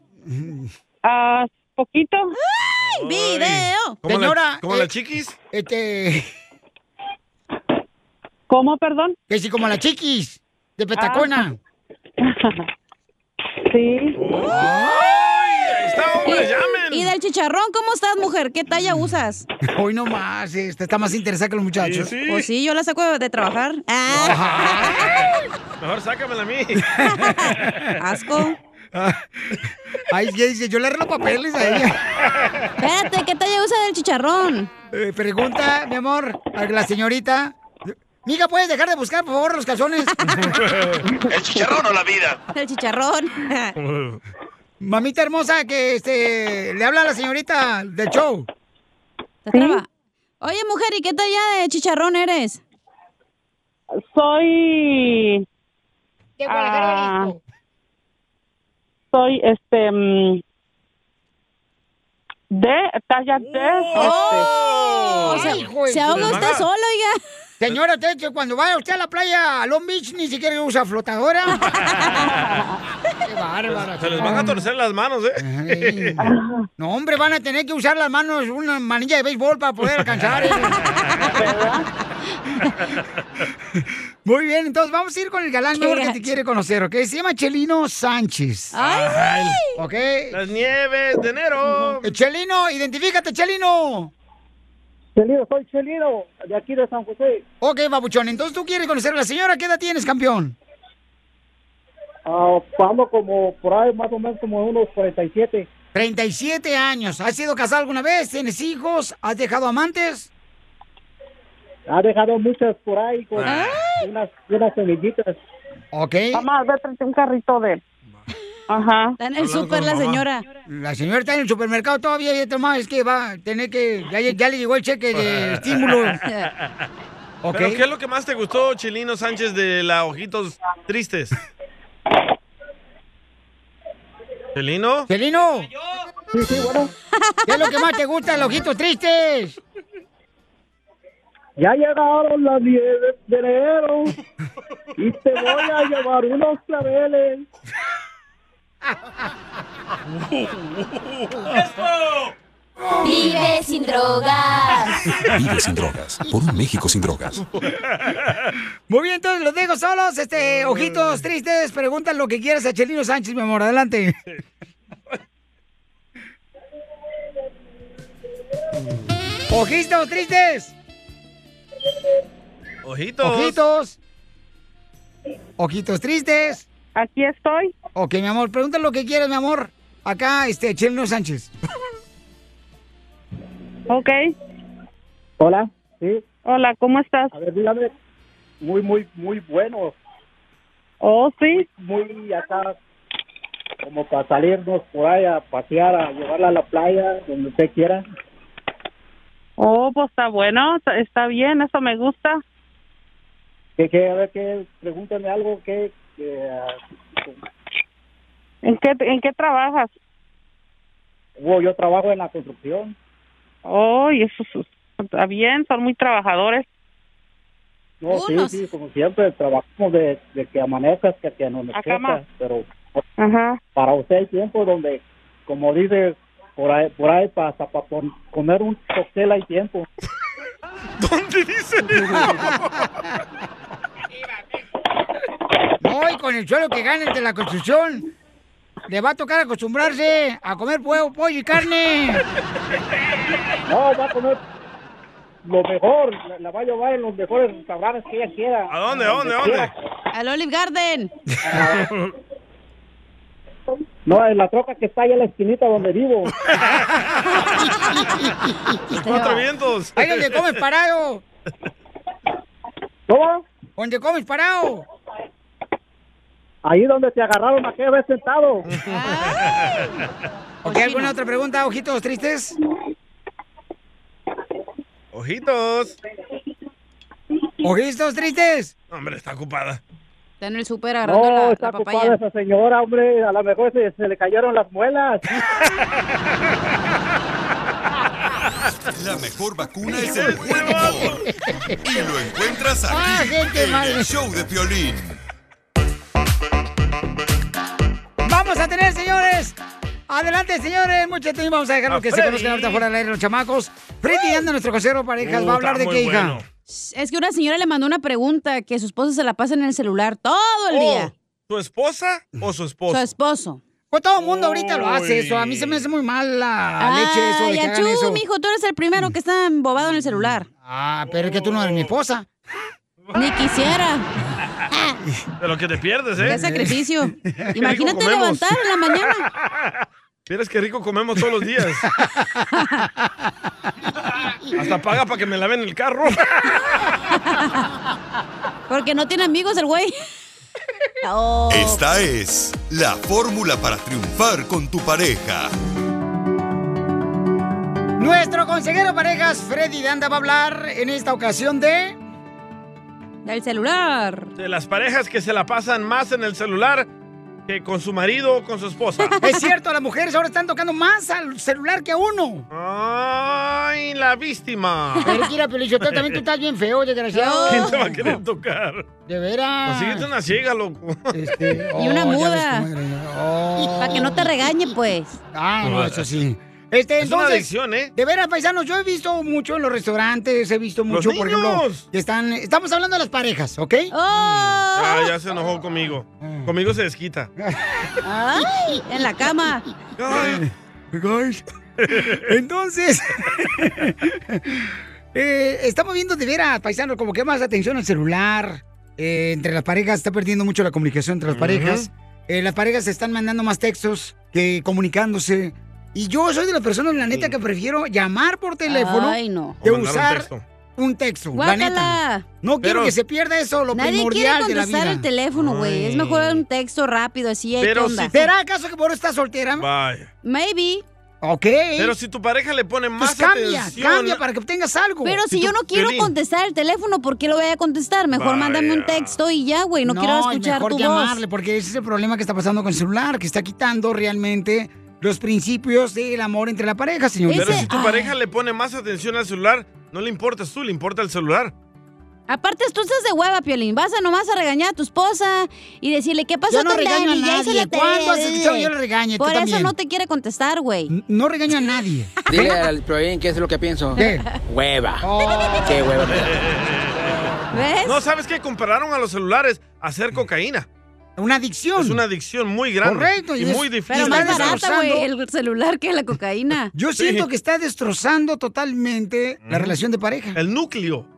Ah, poquito.
¡Ay, video!
¿Como
Señora,
la, como
eh,
la chiquis?
Este.
¿Cómo, perdón?
Que sí, como la chiquis, de petacona.
Ah.
sí.
está,
¿Y, y del chicharrón cómo estás, mujer? ¿Qué talla usas?
*laughs* Hoy no más, este, está más interesada que los muchachos.
Pues sí, yo la saco de trabajar. Ah,
*laughs* Mejor sácamela a mí.
*laughs* Asco.
Ay, ¿qué dice? Yo le arreglo papeles a ella.
Espérate, ¿qué talla usa del chicharrón?
Eh, pregunta, mi amor, a la señorita. Miga, ¿puedes dejar de buscar, por favor, los calzones?
¿El chicharrón o la vida?
*laughs* El chicharrón.
Mamita hermosa, que este, le habla a la señorita del show.
Te traba. Oye, mujer, ¿y qué talla de chicharrón eres?
Soy. ah, soy este. mm, de talla este. D.
Oh. O sea, se
ahoga usted
solo, oiga. este. Señora, usted, que cuando vaya usted a la playa a Long Beach ni siquiera usa flotadora. *laughs* Qué bárbara.
Se les van a torcer las manos, ¿eh? *laughs*
No, hombre, van a tener que usar las manos, una manilla de béisbol para poder alcanzar. ¿eh? Muy bien, entonces vamos a ir con el galán mejor que te quiere conocer, ¿ok? Se llama Chelino Sánchez.
¡Ay!
¿Ok?
Las nieves de enero.
Eh, Chelino, identifícate, Chelino.
Chelino, soy Chelino, de aquí de San José.
Ok, babuchón, entonces tú quieres conocer a la señora. ¿Qué edad tienes, campeón?
Ah, ando como por ahí, más o menos como unos 47.
37 años. ¿Has sido casada alguna vez? ¿Tienes hijos? ¿Has dejado amantes?
Ha dejado muchas por ahí con unas, unas semillitas.
Ok.
Mamá, vete un carrito de. Ajá.
Está en
el Hablando súper con la mamá. señora. La señora está en el supermercado todavía y más es que va a tener que... Ya, ya le llegó el cheque *laughs* de estímulo. Ok.
¿Pero qué es lo que más te gustó, Chilino Sánchez, de la Ojitos Tristes? ¿Chelino?
¡Celino! Sí, sí, bueno. ¿Qué es lo que más te gusta, los *laughs* ojitos Pues tristes?
Ya llegaron las 10 de enero y te voy a llevar unos claveles.
Vive sin drogas.
Vive sin drogas. Por un México sin drogas.
Muy bien, entonces los dejo solos. Este, ojitos tristes, preguntan lo que quieras a Chelino Sánchez, mi amor. Adelante. Ojitos tristes.
Ojitos.
Ojitos. Ojitos tristes.
Aquí estoy.
Ok, mi amor, pregunta lo que quieras, mi amor. Acá, este, Chelino Sánchez.
Ok.
Hola, sí.
Hola, ¿cómo estás?
A ver, dígame. Muy, muy, muy bueno.
Oh, sí.
Muy acá, como para salirnos por ahí a pasear, a llevarla a la playa, donde usted quiera.
Oh, pues está bueno, está- está bien, eso me gusta.
Que, que, a ver, que, pregúntame algo, que... que, ah,
¿En qué, ¿En qué trabajas?
wow, Oh, yo trabajo en la construcción.
Oh, y eso es- está bien, son muy trabajadores.
No, sí, sí, como siempre, trabajamos de, de que amanezca hasta que
Acá más.
anochezca, pero
Ajá.
para usted hay tiempo donde, como dice, por ahí, por ahí pasa, para comer un cóctel hay tiempo.
¿Dónde
*laughs*
dice eso?
Hoy con el suelo que gane el de la construcción, le va a tocar acostumbrarse a comer huevo, pollo y carne.
No, va a comer lo mejor, la, la va a llevar en los mejores restaurantes que ella quiera. ¿A
dónde, a dónde, a dónde?
Al Olive Garden.
*laughs*
No, en la troca que está allá en la esquinita donde vivo.
Cuatro vientos.
Ahí *laughs* *laughs* donde comes parado.
¿Cómo?
Donde comes parado.
Ahí donde te agarraron aquella vez
*laughs*
sentado.
Ah, ¿Ok? ¿Alguna otra pregunta, ojitos tristes?
Ojitos.
¿Ojitos tristes?
Hombre, está ocupada.
Está en el súper agarrando la,
No,
la
está ocupada
papaya.
esa señora, hombre. A lo mejor se, se le cayeron las muelas.
La mejor vacuna es el buen humor. Y lo encuentras aquí,
Ah, gente
en
mala.
el show de Piolín.
Vamos a tener, señores. Adelante, señores. Mucho tiempo. Vamos a dejarlo
A
que se
Freddy.
conozcan ahorita fuera del aire los chamacos. Freddy anda, nuestro consejero parejas.
Uh,
¿Va a hablar de
está
qué,
muy
hija?
bueno. Es que una señora le mandó una pregunta que su esposo se la pasa en el celular todo el día.
¿Tu esposa o su esposo?
Su esposo.
Pues todo el mundo ahorita lo hace eso. A mí se me hace muy mal la leche eso de
Ay,
que hagan
achú,
eso.
mijo, tú eres el primero que está embobado en el celular.
Ah, pero es que tú no eres mi esposa.
Ni quisiera.
De lo que te pierdes, ¿eh?
*laughs*
Qué sacrificio. Imagínate
comemos.
levantar en la mañana.
*laughs* Mira, es que rico comemos todos los
*laughs*
días. Hasta paga para que me laven el carro.
Porque no tiene amigos el güey. *laughs* Oh.
Esta es la fórmula para triunfar con tu pareja.
Nuestro consejero parejas, Freddy de Anda, va a hablar en esta ocasión de.
Del celular.
De las parejas que se la pasan más en el celular que con su marido o con su
*laughs*
esposa.
Ah, Es cierto, las mujeres ahora están tocando más al celular que a uno.
¡Ay, la víctima!
Pero mira, Pelichotelo, también tú estás bien feo, desgraciado.
¿Quién te va a querer tocar?
De veras.
Consíguete una ciega, loco.
Este,
Oh,
Y una muda. Oh. Para que no te regañe, pues.
Ah, no, eso sí. Este,
Es una
entonces,
adicción, ¿eh?
De veras, paisanos, yo he visto mucho en los restaurantes, he visto mucho, por ejemplo,
niños.
que están, estamos hablando de las parejas, ¿ok?
Oh,
Ah, ya se enojó conmigo.
Mm.
Conmigo se desquita.
Ay, en la cama.
Guys. Entonces, *laughs* eh, estamos viendo de veras, paisanos, como que más atención al celular. eh, entre las parejas está perdiendo mucho la comunicación entre las parejas. Eh, las parejas se están mandando más textos que comunicándose. Y yo soy de las personas, la neta, que prefiero llamar por teléfono
Ay, no.
que
O mandar un
usar un texto.
texto.
la neta.
Guácala.
No quiero
Pero-
que se pierda eso, lo
Nadie quiere
primordial de la
contestar
vida.
el teléfono, güey. Es mejor un texto rápido, así. ¿eh? ¿Qué
Pero
onda?
si-
¿Será acaso que por eso estás soltera?
Vaya.
Maybe.
Ok.
Pero si tu pareja le pone más
Pues cambia,
atención...
cambia
para que obtengas algo.
Pero si yo no quiero contestar el teléfono, ¿por qué lo voy a contestar? Mejor
Vaya.
mándame un texto y ya, güey. No, quiero
es
escuchar
mejor
tu
llamarle,
voz.
porque ese es el problema que está pasando con el celular, que está quitando realmente los principios del amor entre la pareja, señor.
Pero si tu
ah,
pareja le pone más atención al celular, no le importas tú, le importa el celular.
Aparte, tú estás de hueva, Piolín. Vas a nomás a regañar a tu esposa y decirle, ¿qué pasó
Yo no
con
regaño a
Dani? Ya
nadie.
hice la tarea.
¿Cuándo has escuchado que yo le regañe? Tú
Por eso
también.
no te quiere contestar, güey.
No regaño a
*laughs*
nadie.
Dile al Proin qué es lo que pienso.
¿Qué?
Hueva. Qué hueva.
¿Ves?
No, ¿sabes qué? Compararon a los celulares a hacer cocaína.
Una adicción.
Es una adicción muy grande.
Correcto,
Y,
y es-
muy difícil.
Pero
de
más
controlar.
barata, güey, el celular que la cocaína.
Yo siento que está destrozando totalmente la relación de pareja.
El núcleo.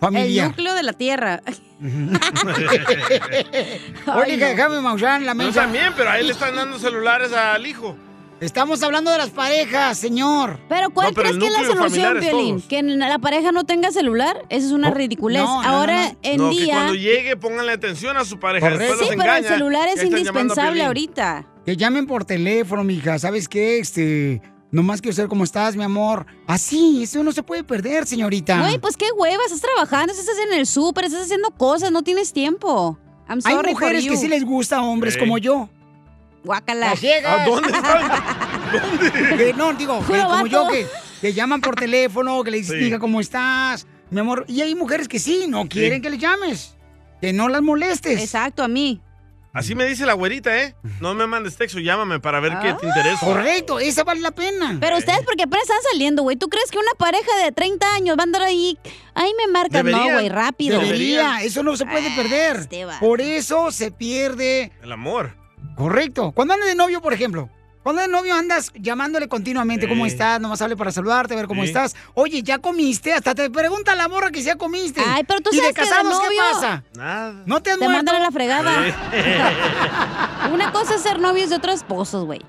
El
Familiar.
núcleo de la tierra. *laughs*
Oye,
Ay, no.
déjame mausar la
Yo
mesa.
también, pero a él le están dando celulares al hijo.
*laughs* Estamos hablando de las parejas, señor.
Pero ¿cuál
No, pero
crees
el
que es la
núcleo
solución,
familiar es
Piolín?
todos.
¿Que n- la pareja no tenga celular? Eso es una ridiculez.
No, no, no,
Ahora
no.
en
No, que
día...
cuando llegue pónganle atención a su pareja.
Correcto.
después
Sí,
los
pero el
engaña,
celular
y
es
ahí están llamando a
indispensable
Piolín.
ahorita.
Que llamen por teléfono, mija. ¿Sabes qué? Este, Nomás quiero saber cómo estás, mi amor. Así, eso no se puede perder, señorita.
Güey, pues qué hueva, estás trabajando, estás en el súper, estás haciendo cosas, no tienes tiempo. I'm
Hay
sorry for
mujeres que
you.
sí les gusta hombres
Sí.
como yo.
Guácala.
Las ciegas.
*laughs*
Que no, digo, que
Puro
como
vato.
yo, que te llaman por teléfono, que le dices,
Sí.
hija, ¿cómo estás? Mi amor, y hay mujeres que sí, no quieren que le llames, que no las molestes.
Exacto, a mí.
Así me dice la güerita, ¿eh? No me mandes texto, llámame para ver Ah, qué te interesa.
Ah, Correcto, esa vale la pena.
Pero ustedes porque apenas están saliendo, güey. ¿Tú crees que una pareja de 30 años va a andar ahí? Ahí me marcan, no, güey, rápido. Ah,
Debería, eso no se puede perder.
Esteban.
por eso se pierde.
El amor.
Correcto. Cuando andas de novio, por ejemplo. Cuando andas de novio andas llamándole continuamente
Sí.
cómo estás, nomás hable para saludarte, a ver cómo
Sí.
estás. Oye, ¿ya comiste? Hasta te pregunta la morra que ya comiste. Ay, pero
tú
¿Y
sabes
de
que de
casados qué
novio- *laughs*
pasa?
Nada.
No te has
Te
muerto?
mandan a la fregada. Una cosa es ser novios de otros esposos, güey.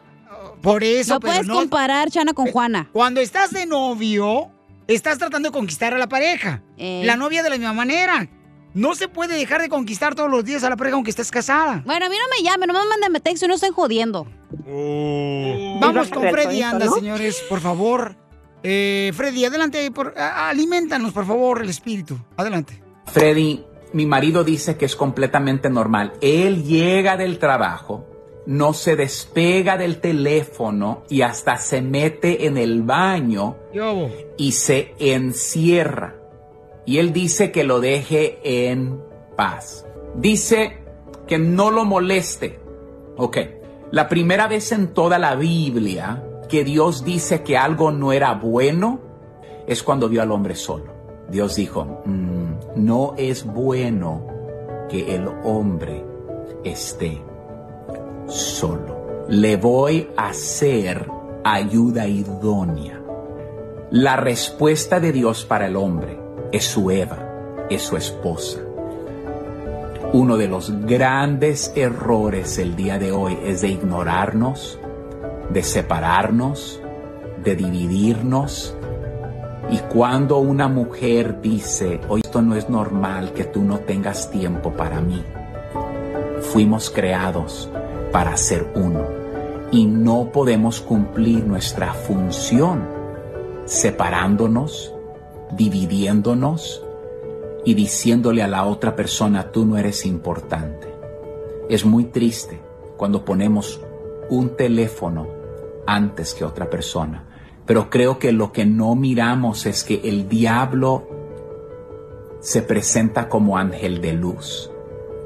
Por eso,
No
pero
puedes comparar Chana con Juana.
Cuando estás de novio, estás tratando de conquistar a la pareja.
Eh,
La novia de la misma manera. No se puede dejar de conquistar todos los días a la pareja aunque estés casada.
Bueno, a mí no me llamen, nomás mándame texto y no estén jodiendo.
Vamos
Iba a
con
ser
Freddy,
tonto,
anda,
¿no?
señores, por favor. Eh, Freddy, adelante, por, a- alimentanos, por favor, el espíritu. Adelante.
Freddy, mi marido dice que es completamente normal. Él llega del trabajo, no se despega del teléfono y hasta se mete en el baño y se encierra. Y él dice que lo deje en paz. Dice que no lo moleste. Ok, la primera vez en toda la Biblia que Dios dice que algo no era bueno es cuando vio al hombre solo. Dios dijo, "Mm, no es bueno que el hombre esté solo. Le voy a hacer ayuda idónea. La respuesta de Dios para el hombre es su Eva, es su esposa. Uno de los grandes errores el día de hoy es de ignorarnos, de separarnos, de dividirnos. Y cuando una mujer dice, oye, esto no es normal que tú no tengas tiempo para mí, fuimos creados para ser uno y no podemos cumplir nuestra función separándonos, dividiéndonos y diciéndole a la otra persona, tú no eres importante. Es muy triste cuando ponemos un teléfono antes que otra persona. Pero creo que lo que no miramos es que el diablo se presenta como ángel de luz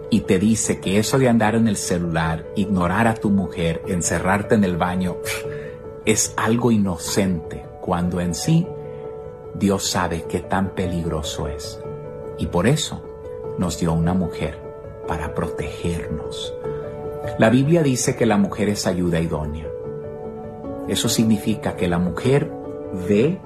y te dice que eso de andar en el celular, ignorar a tu mujer, encerrarte en el baño, es algo inocente, cuando en sí Dios sabe qué tan peligroso es. Y por eso nos dio una mujer para protegernos. La Biblia dice que la mujer es ayuda idónea. Eso significa que la mujer ve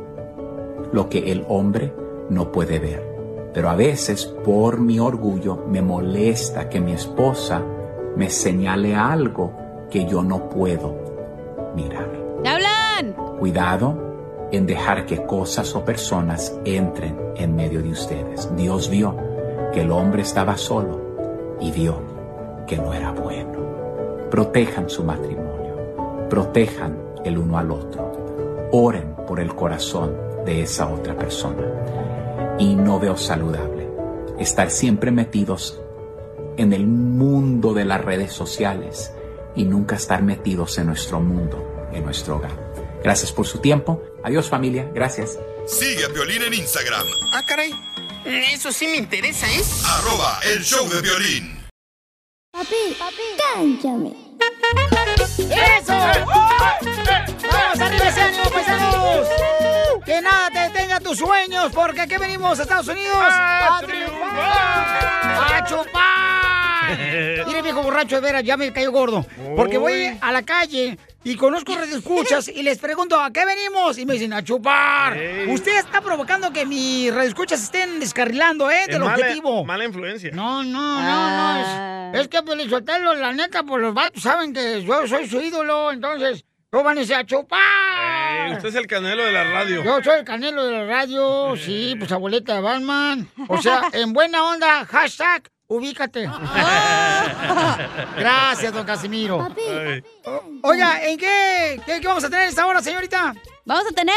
lo que el hombre no puede ver. Pero a veces, por mi orgullo, me molesta que mi esposa me señale algo que yo no puedo mirar.
¡Te hablan!
Cuidado en dejar que cosas o personas entren en medio de ustedes. Dios vio que el hombre estaba solo y vio que no era bueno. Protejan su matrimonio, protejan el uno al otro, oren por el corazón de esa otra persona. Y no veo saludable estar siempre metidos en el mundo de las redes sociales y nunca estar metidos en nuestro mundo, en nuestro hogar. Gracias por su tiempo. Adiós familia. Gracias.
Sigue a Violín en Instagram,
Ah, caray. Eso sí me interesa, ¿eh?
arroba el show de violín.
Papi, papi, cállame.
¡Eso! ¡Vamos arriba ese ánimo, paisanos! Que nada te detenga tus sueños, porque aquí venimos a Estados Unidos a triunfar, a chupar. Eh. Mire, viejo borracho, de veras, ya me cayó gordo. Porque voy a la calle y conozco radioescuchas y les pregunto, ¿a qué venimos? Y me dicen, a chupar. Usted está provocando que mis radioescuchas estén descarrilando, ¿eh?
Es
Del
mala- Ah.
objetivo.
Mala influencia.
No, no, no, no. Es, es que Piolín Sotelo, la neta, pues los vatos saben que yo soy su ídolo, entonces no van a decir a chupar.
Eh, usted es el canelo de la radio.
Yo soy el canelo de la radio, sí, pues abuelita de Batman. O sea, en buena onda, hashtag Ubícate. Gracias, don Casimiro. Oiga, ¿en qué, qué, qué vamos a tener esta hora, señorita?
Vamos a tener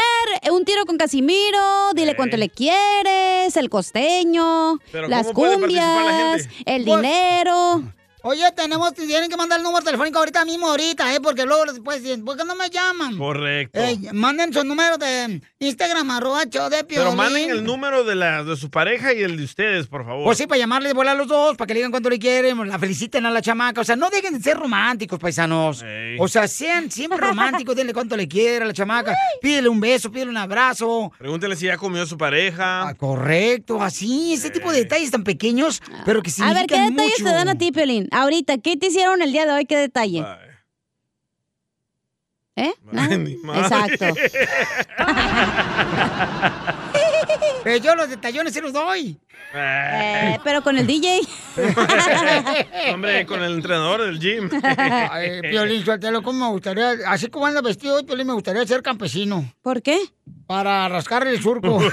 un tiro con Casimiro, dile cuánto le quieres, el costeño,
Pero
las
¿cómo puede participar la
cumbias,
gente?
el
Pues-
dinero.
Oye, tenemos, tienen que mandar el número telefónico ahorita mismo, ahorita, ¿eh? Porque luego después dicen, ¿por qué no me llaman?
Correcto.
Eh, manden su número de Instagram, arroba show de
Pero
Piolín.
manden el número de, la, de su pareja y el de ustedes, por favor.
Pues sí, para llamarle de bola a los dos, para que le digan cuánto le quieren, la feliciten a la chamaca. O sea, no dejen de ser románticos, paisanos.
Ey.
O sea, sean siempre románticos, denle cuánto le quiera a la chamaca. Pídele un beso, pídele un abrazo.
Pregúntele si ya comió su pareja.
Ah, Correcto, así, ese tipo de
Eh.
detalles tan pequeños, pero que
A
significan
ver, ¿qué detalles
mucho.
te dan a ti, Piolín? Ahorita, ¿qué te hicieron el día de hoy? ¿Qué detalle? ¿Eh? Nada. Exacto.
*laughs* Pero yo los detallones se los doy.
Eh, pero con el DJ.
*laughs* Hombre, con el entrenador del gym.
Eh. *laughs* Ay, Piolín, suéltalo, ¿cómo me gustaría? Así como anda vestido hoy, Piolín, me gustaría ser campesino.
¿Por qué?
Para rascarle el surco.
*laughs*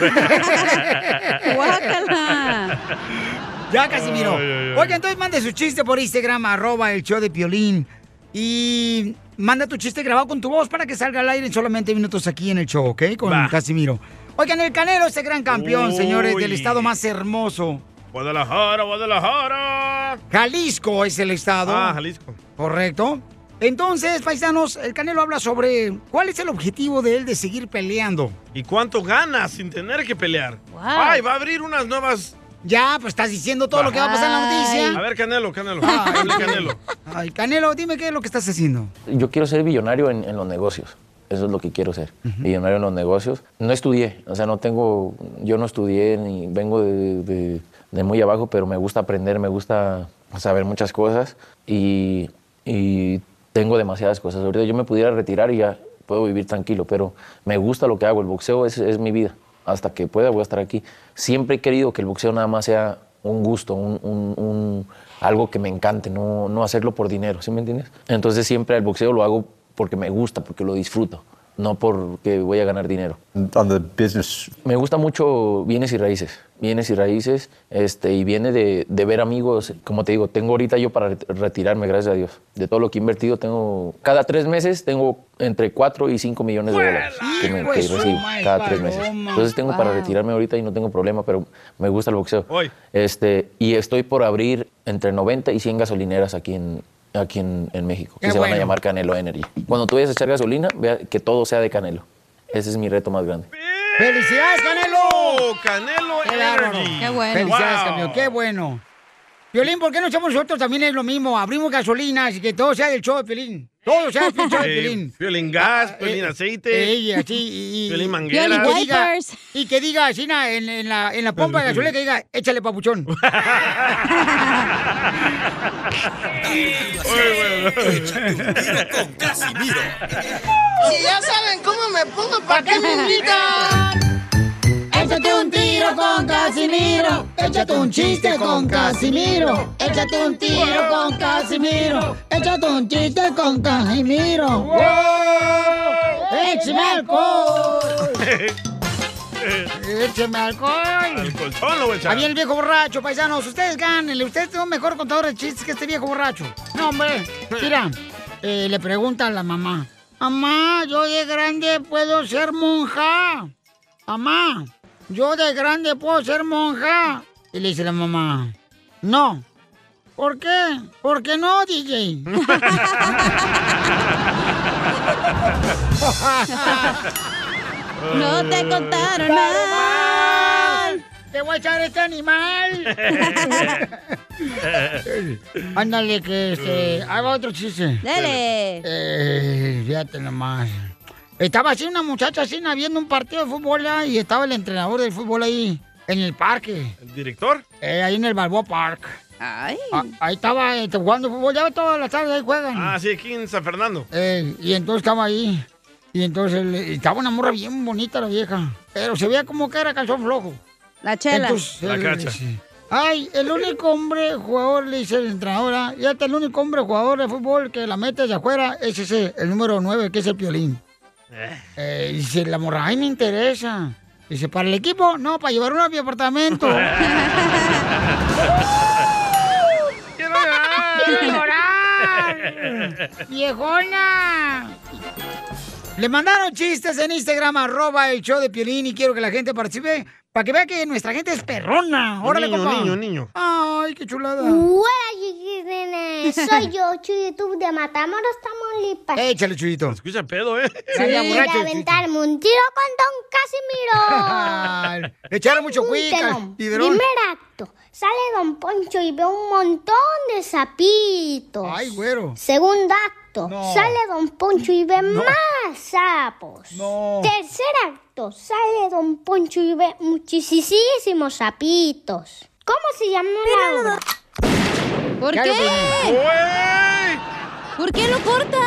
Ya, Casimiro.
Ay, ay, ay.
Oye, entonces mande su chiste por Instagram, arroba el show de Piolín. Y manda tu chiste grabado con tu voz para que salga al aire en solamente minutos aquí en el show, ¿ok? Con
Va.
Casimiro. Oigan, el Canelo, ese gran campeón,
Uy.
señores, del estado más hermoso.
Guadalajara, Guadalajara.
Jalisco es el estado.
Ah, Jalisco.
Correcto. Entonces, paisanos, el Canelo habla sobre cuál es el objetivo de él de seguir peleando.
¿Y cuánto gana sin tener que pelear? Ay, va a abrir unas nuevas.
Ya, pues estás diciendo todo lo que va a pasar en la noticia. Ah,
A ver, Canelo, Canelo. Hable, Canelo.
Ay, Canelo, dime qué es lo que estás haciendo.
Yo quiero ser billonario en, en los negocios. Eso es lo que quiero ser. Billonario en los negocios. No estudié, o sea, no tengo, yo no estudié ni vengo de, de- de muy abajo, pero me gusta aprender, me gusta saber muchas cosas y, y tengo demasiadas cosas. Ahorita yo me pudiera retirar y ya puedo vivir tranquilo, pero me gusta lo que hago. El boxeo es, es mi vida. Hasta que pueda voy a estar aquí. Siempre he querido que el boxeo nada más sea un gusto, un, un- un- algo que me encante, no, no hacerlo por dinero, ¿sí me entiendes? Entonces siempre el boxeo lo hago porque me gusta, porque lo disfruto, no porque voy a ganar dinero.
on the business
Me gusta mucho bienes y raíces, bienes y raíces, este, y viene de, de ver amigos, como te digo, tengo ahorita yo para ret- retirarme, gracias a Dios. De todo lo que he invertido, tengo, cada tres meses tengo entre 4 y 5 millones de dólares que, me,
¡Hijo de
que
su
recibo
madre,
cada tres meses.
paloma!
Entonces tengo para
Wow.
retirarme ahorita y no tengo problema, pero me gusta el boxeo. Este, y estoy por abrir entre 90 y 100 gasolineras aquí en, aquí en, en México, que Qué se van a bueno. llamar Canelo Energy. Cuando tú vayas a echar gasolina, vea que todo sea de Canelo. Ese es mi reto más grande.
¡Felicidades, Canelo!
¡Canelo
¡Qué bárbaro!
Energy. Qué bueno.
¡Felicidades,
Wow.
campeón! ¡Qué bueno! Violín, ¿por qué no echamos nosotros también es lo mismo? Abrimos gasolinas y que todo sea del show de Piolín. Todo sea del show de Ah, Piolín. Ah,
Eh, Violín gas, violín aceite.
Ey, así, y, y-
Violín
y que
manguera.
diga, y que diga así na, en, en la, en la pompa de gasolina que diga, échale papuchón. *laughs*
Con
*laughs*
Casimiro.
Si ya saben cómo me pongo, ¿para qué me invitan?
Échate un tiro con Casimiro. Échate un chiste con Casimiro. Échate un tiro con Casimiro. Échate un chiste con Casimiro. ¡Wow! ¡Échame alcohol! ¡Échame alcohol!
colchón lo voy a echar.
Había el viejo borracho, paisanos. Ustedes gánenle. Ustedes son mejor contador de chistes que este viejo borracho. No, hombre. Mira, eh, le pregunta a la mamá. Mamá, yo de grande puedo ser monja. Mamá, yo de grande puedo ser monja. Y le dice la mamá. No. ¿Por qué? ¿Por qué no, DJ?
*laughs*
*laughs*
No te contaron mal.
Te voy a echar
*laughs*
este animal. Ándale, que este. Ahí va otro chiste.
Dale.
Eh, fíjate nomás. Estaba así una muchacha así na, viendo un partido de fútbol ah, y estaba el entrenador del fútbol ahí en el parque.
¿El director?
Eh, ahí en el Balboa Park. Ah, ahí estaba este, jugando fútbol, ya todas las tardes ahí juegan.
Ah, sí, aquí en San Fernando.
Eh, y entonces estaba ahí. Y entonces le- estaba una morra bien bonita la vieja. Pero se veía como que era calzón flojo. eh,
La chela.
La cacha.
*laughs*
Ay, el único hombre jugador, le dice la entrenadora, y hasta el único hombre jugador de fútbol que la mete de afuera es ese, el número 9, que es el Piolín. Eh, dice la morra, ay, me interesa. Dice, ¿para el equipo? No, para llevar uno a mi apartamento. quiero llorar! *laughs* ¡Viejona! Le mandaron chistes en Instagram, arroba el show de Piolín, y quiero que la gente participe para que vea que nuestra gente es perrona.
Un
¡Órale,
niño,
compa!
un niño, un niño.
¡Ay, qué chulada!
Hola, Soy yo, YouTube de Matamoros, Tamaulipas.
Échale, Chuyito.
Escucha pedo, ¿eh?
Voy a aventarme un tiro con
*laughs*
Don Casimiro.
Le echaron mucho cuica,
Apúntelo.
Piderón.
Primer acto. Sale Don Poncho y ve un montón de sapitos.
Ay, güero.
Segundo acto.
No.
Sale Don Poncho y ve más sapos. Tercer acto. Sale Don Poncho y ve muchísimos sapitos. ¿Cómo se llama la obra?
¿Por qué?
pues.
¿Por qué lo corta?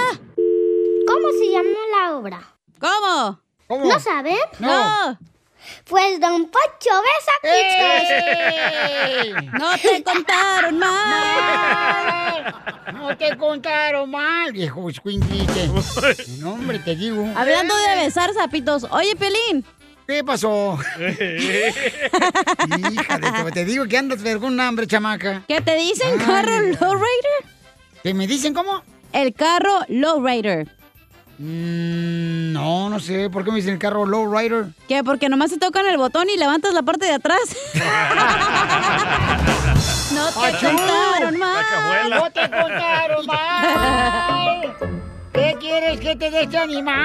¿Cómo se llama la obra?
¿Cómo?
¿No saben?
No.
Pues Don Poncho besa
¡Ey!
pichos.
No te
*laughs*
contaron
mal. No te contaron mal, viejo escuinquite. No, hombre, te digo.
Hablando
*laughs*
de besar zapitos. Oye, Pelín.
Eh. ¿Qué pasó? Híjale, te- te digo que andas vergón hambre, chamaca.
¿Qué te dicen,
Ay,
carro
Dios.
lowrider?
Ah, ¿Qué me dicen cómo?
El carro lowrider.
Mm, no, no sé. ¿Por qué me dicen el carro lowrider?
¿Qué? Porque nomás se tocan el botón y levantas la parte de atrás. *laughs* no te contaron mal.
No te contaron mal. ¿Qué quieres que te dé este animal?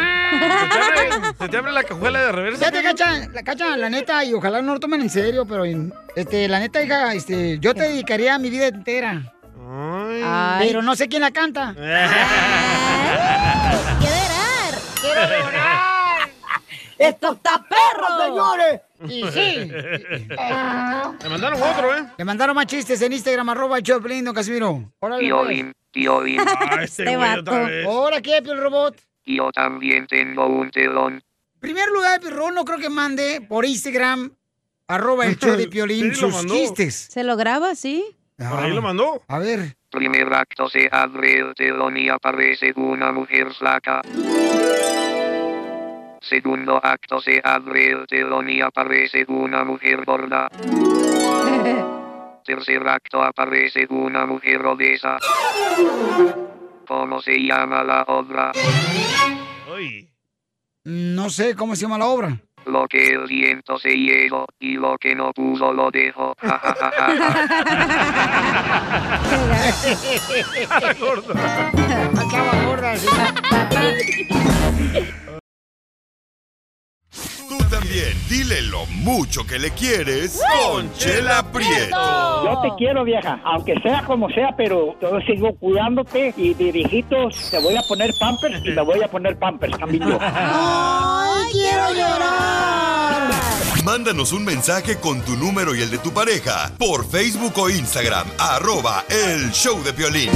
Se te abre la cajuela de reversa.
Ya te cachan, la cachan, la neta, y ojalá no lo tomen en serio, pero en- este, la neta, hija, este, yo te dedicaría mi vida entera. *laughs*
Ay.
Pero no sé quién la canta.
¡Quiero
*laughs*
llorar!
¡Esto está perro,
señores! Y sí.
Le mandaron otro, ¿eh?
Le mandaron más chistes en Instagram, arroba el show de Piolín, don Casimiro. Órale,
Piolín, Piolín. *laughs*
pues.
este
Ahora qué, Piol Robot.
Yo también tengo un telón.
Primer lugar, Pirro, no creo que mande por Instagram, arroba el
*laughs*
show de Piolín,
Sí, lo
sus
mandó.
chistes.
¿Se lo graba, sí?
Por ahí lo
mandó.
A ver.
Primer acto se abre el telón y aparece una mujer flaca. Segundo acto se abre el telón y aparece una mujer gorda. Tercer acto aparece una mujer obesa. ¿Cómo se llama la obra?
No sé cómo se llama la
*laughs*
obra.
Lo que el viento se llevó y lo que no pudo lo dejó. *laughs* Ja, ja, ja, ja, ja.
Acaba gorda, sí.
Tú también, dile lo mucho que le quieres con Chela Prieto.
Yo te quiero, vieja, aunque sea como sea, pero yo sigo cuidándote y de viejitos te voy a poner pampers y me voy a poner pampers también yo.
¡Ay, quiero llorar!
*laughs* Mándanos un mensaje con tu número y el de tu pareja por Facebook o Instagram, arroba el show de Piolín.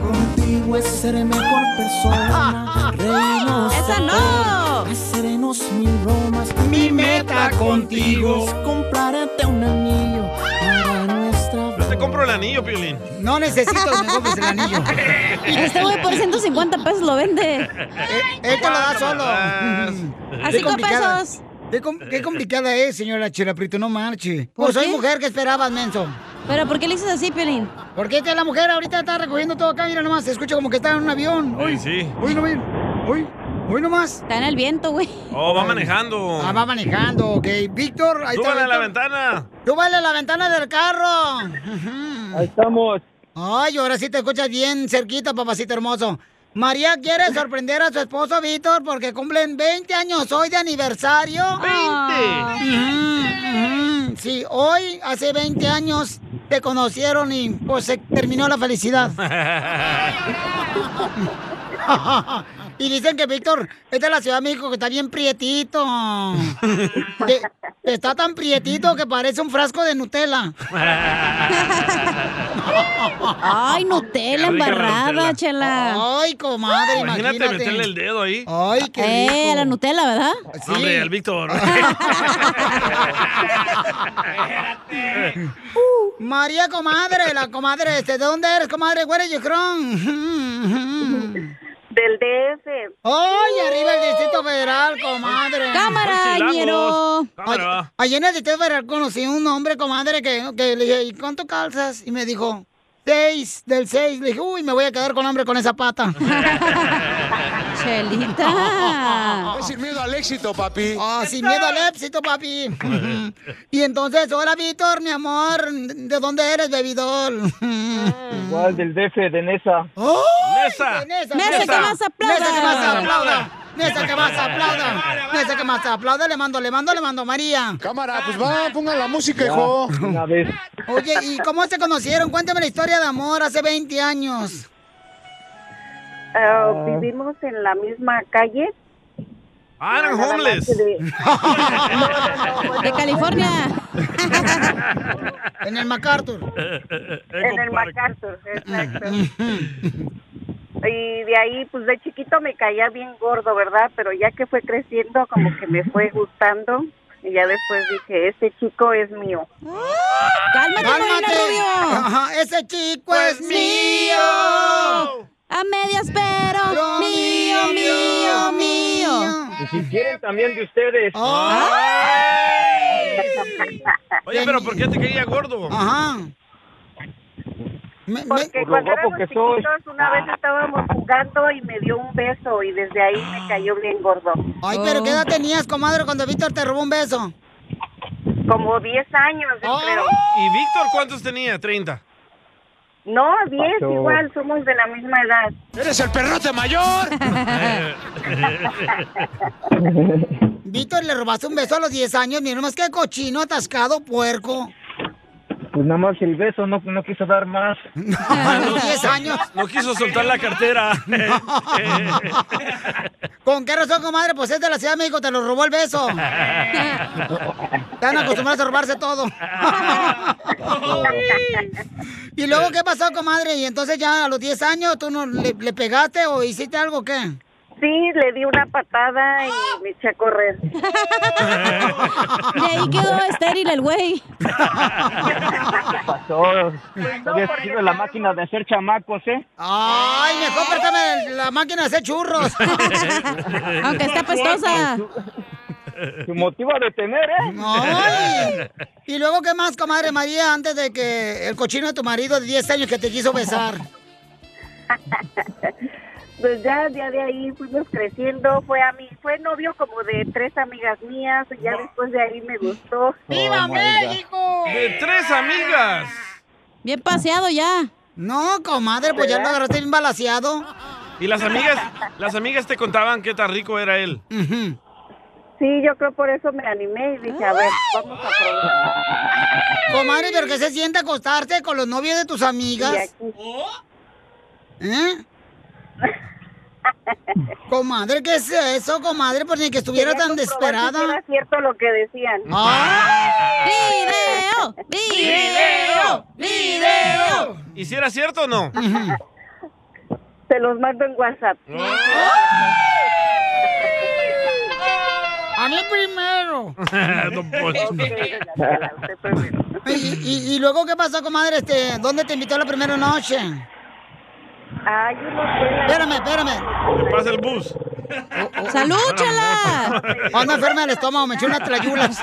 contigo es ser mejor persona. Reírnos
¡Esa no!
Hacernos mil bromas. Mi meta contigo es comprarte un anillo para nuestra
Yo te compro el anillo, Piolín.
No necesito que me compres el anillo.
Este güey por 150 pesos lo vende.
Eh, Esto lo da solo.
A
Qué
cinco
complicada.
pesos.
Qué, com- qué complicada es, señora Chela Prieto, no marche.
¿Por
Pues soy
qué?
mujer que esperabas, menso.
¿Pero por qué le dices así, Pelín?
Porque esta es la mujer ahorita está recogiendo todo acá, mira nomás, se escucha como que está en un avión. Uy,
sí.
Uy, no ven. Uy, uy nomás.
Está en el viento, güey.
Oh, va manejando.
Ah, va manejando, ok. Víctor, ahí
Súbale a la
está. Víctor.
ventana.
Tú vale a la ventana del carro. Ahí
estamos.
Ay, ahora sí te escuchas bien cerquita, papacito hermoso. María quiere sorprender a su esposo Víctor porque cumplen 20 años hoy de aniversario. ¡20! Sí, hoy hace 20 años te conocieron y pues se terminó la felicidad. *laughs* y dicen que Víctor es de la Ciudad de México que está bien prietito. Que- que está tan prietito que parece un frasco de Nutella.
Ay, Nutella
Qué rica la
embarrada,
Nutella.
chela.
Ay, comadre,
Imagínate,
imagínate.
meterle el dedo ahí.
Ay, qué
Eh,
rico.
la Nutella, ¿verdad?
Sí.
Hombre, al Víctor.
Uh. María, comadre, la comadre, este, ¿de dónde eres, comadre? Where are you from?
Del DF.
¡Ay, arriba el Distrito Federal, comadre!
Cámara, Son ñero.
Ay- Allí en el Distrito Federal conocí un hombre, comadre, que, que le dije, ¿y cuánto calzas? Y me dijo, 6 del 6. Le dije, uy, me voy a quedar con hambre con esa
*laughs*
pata.
Chelita.
sin miedo al éxito, papi. Ah, *laughs* sin miedo al éxito, papi.
*laughs*
*laughs*
y entonces, hola, Víctor, mi amor. ¿De dónde eres, *laughs* bebidor?
Igual del DF de Nesa.
¡Oh!
¡Nesa!
¡Nesa,
¡Nesa, que más aplauda!
¡Nesa, que más aplauda!
¡Nesa,
¡Nesa, que más aplauda! ¡Nesa, que más aplauda! Le mando, le mando, le mando, María. Cámara, pues va, pongan la música,
hijo. Una vez.
Oye, ¿y cómo se conocieron? Cuéntame la historia de amor hace 20 años.
Ah,
*laughs*
vivimos en la misma calle.
Ah, eran homeless.
De California.
En el MacArthur.
*laughs* en el MacArthur, exacto. Y de ahí, pues de chiquito me caía bien gordo, ¿verdad? Pero ya que fue creciendo, como que me fue gustando. Y ya después dije, este chico es mío.
¡Cálmate, Marina Rubio!
Ajá, ese chico es
mío. A medias, pero mío, mío, mío.
Y si quieren también de ustedes.
Oye, pero ¿por qué te caía gordo?
Ajá.
Porque
Por lo
cuando
guapo
éramos
que soy.
chiquitos, una
Ah.
vez estábamos jugando y me dio un beso y desde ahí me cayó bien gordo.
Ay, pero ¿qué edad tenías, comadre, cuando Víctor te robó un beso? Oh.
Como 10 años, yo creo.
¿Y Víctor cuántos tenía? 30.
No, 10
Pasó.
igual, somos de la misma edad.
¡Eres el perrote
*laughs*
mayor!
Víctor, le robaste un beso a los 10 años. Mira nomás qué cochino, atascado, puerco.
Pues nada más el beso, no, no quiso dar
*laughs*
más.
A los *laughs* 10 años.
No quiso soltar la *laughs* cartera. *laughs*
¿Con qué razón, comadre? Pues es de la Ciudad de México, te lo robó el beso. Están acostumbrados a robarse todo. ¿Y luego qué pasó, comadre? ¿Y entonces ya a los 10 años tú no le, le pegaste o hiciste algo o qué?
Sí, le di una patada y me eché a correr.
De
*laughs*
ahí quedó estéril el güey.
Pasó. Había sido la máquina de hacer chamacos, ¿eh?
Ay, mejor préstame la máquina de hacer
*laughs*
churros.
Aunque
está apestosa.
Su motivo de tener, ¿eh?
Ay. ¿Y luego qué más, comadre María, antes de que el cochino de tu marido de 10 años que te quiso besar?
Pues ya, ya de ahí fuimos creciendo, fue a mí, fue novio como de tres amigas mías, y ya después de ahí me gustó.
¡Viva Oh, my God. México! ¡De tres amigas!
Bien paseado ya.
No, comadre, pues ya lo agarraste bien balaseado.
¿Y las amigas? Las amigas te contaban qué tan rico era él.
Sí, yo creo por eso me animé y dije, a ver, vamos a probar.
Comadre, ¿pero qué se siente acostarte con los novios de tus amigas?
*laughs*
¿Eh? Comadre, ¿qué es eso, comadre? Por ni que estuviera
Quería
tan
comprobar si
desesperada.
Era cierto lo que decían.
Ah.
¡Video!
¡Video! ¡Video!
¿Y si era cierto o no?
Se los mando en WhatsApp.
Oh.
A mí primero.
*laughs* Don Poncho.
¿Y, y- y luego qué pasó, comadre? Este, ¿Dónde te invitó la primera noche?
Ay,
Espérame, espérame.
Pasa el bus.
*laughs*
¡Salud, chala! Ando enferma del estómago, me eché
*laughs*
unas trayulas.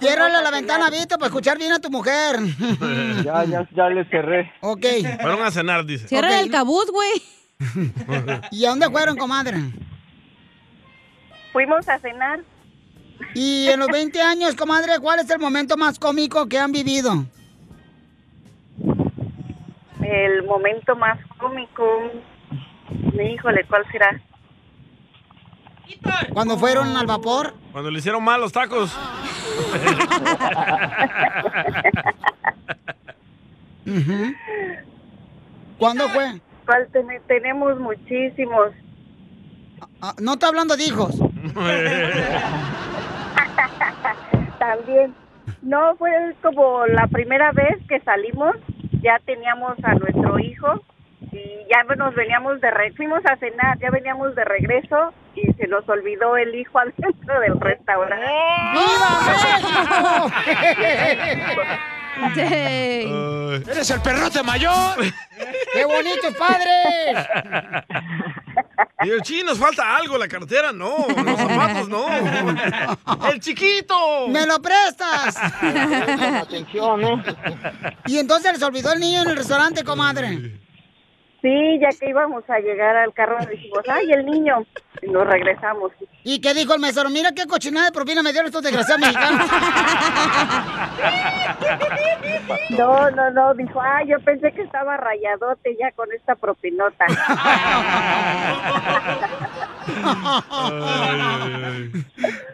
Ciérrale la ventana, Vito, para escuchar bien a tu mujer. *laughs*
Ya, ya, ya le cerré.
Ok.
Fueron a cenar, dice.
Cierra el cabuz, güey.
*laughs* ¿Y a dónde fueron, comadre?
Fuimos a cenar.
Y en
*laughs*
los 20 años, comadre, ¿cuál es el momento más cómico que han vivido?
El momento más cómico. Híjole, ¿cuál será?
¿Cuando fueron al vapor?
Cuando le hicieron mal los tacos.
Ujú. ¿Cuándo fue?
¿Cuál ten- tenemos muchísimos?
Ah, no está hablando de hijos.
También. No, fue como la primera vez que salimos, ya teníamos a nuestro hijo y ya nos veníamos de re fuimos a cenar, ya veníamos de regreso y se nos olvidó el hijo *laughs* adentro del restaurante.
*laughs*
¡Viva
*laughs* ¡Eres el perrote mayor!
¡Qué bonitos padres!
Y el chi, nos falta algo, la cartera no, los zapatos no. ¡El chiquito!
¡Me lo
*laughs*
prestas!
Atención, ¿eh?
Y entonces les olvidó el niño en el restaurante, comadre.
Sí, ya que íbamos a llegar al carro,
*laughs*
dijimos, ay, el niño. Y nos regresamos.
¿Y qué dijo el mesero? Mira qué cochinada de propina me dieron estos
*laughs*
desgraciados mexicanos.
No, no, no, dijo, ay, yo pensé que estaba rayadote ya con esta propinota.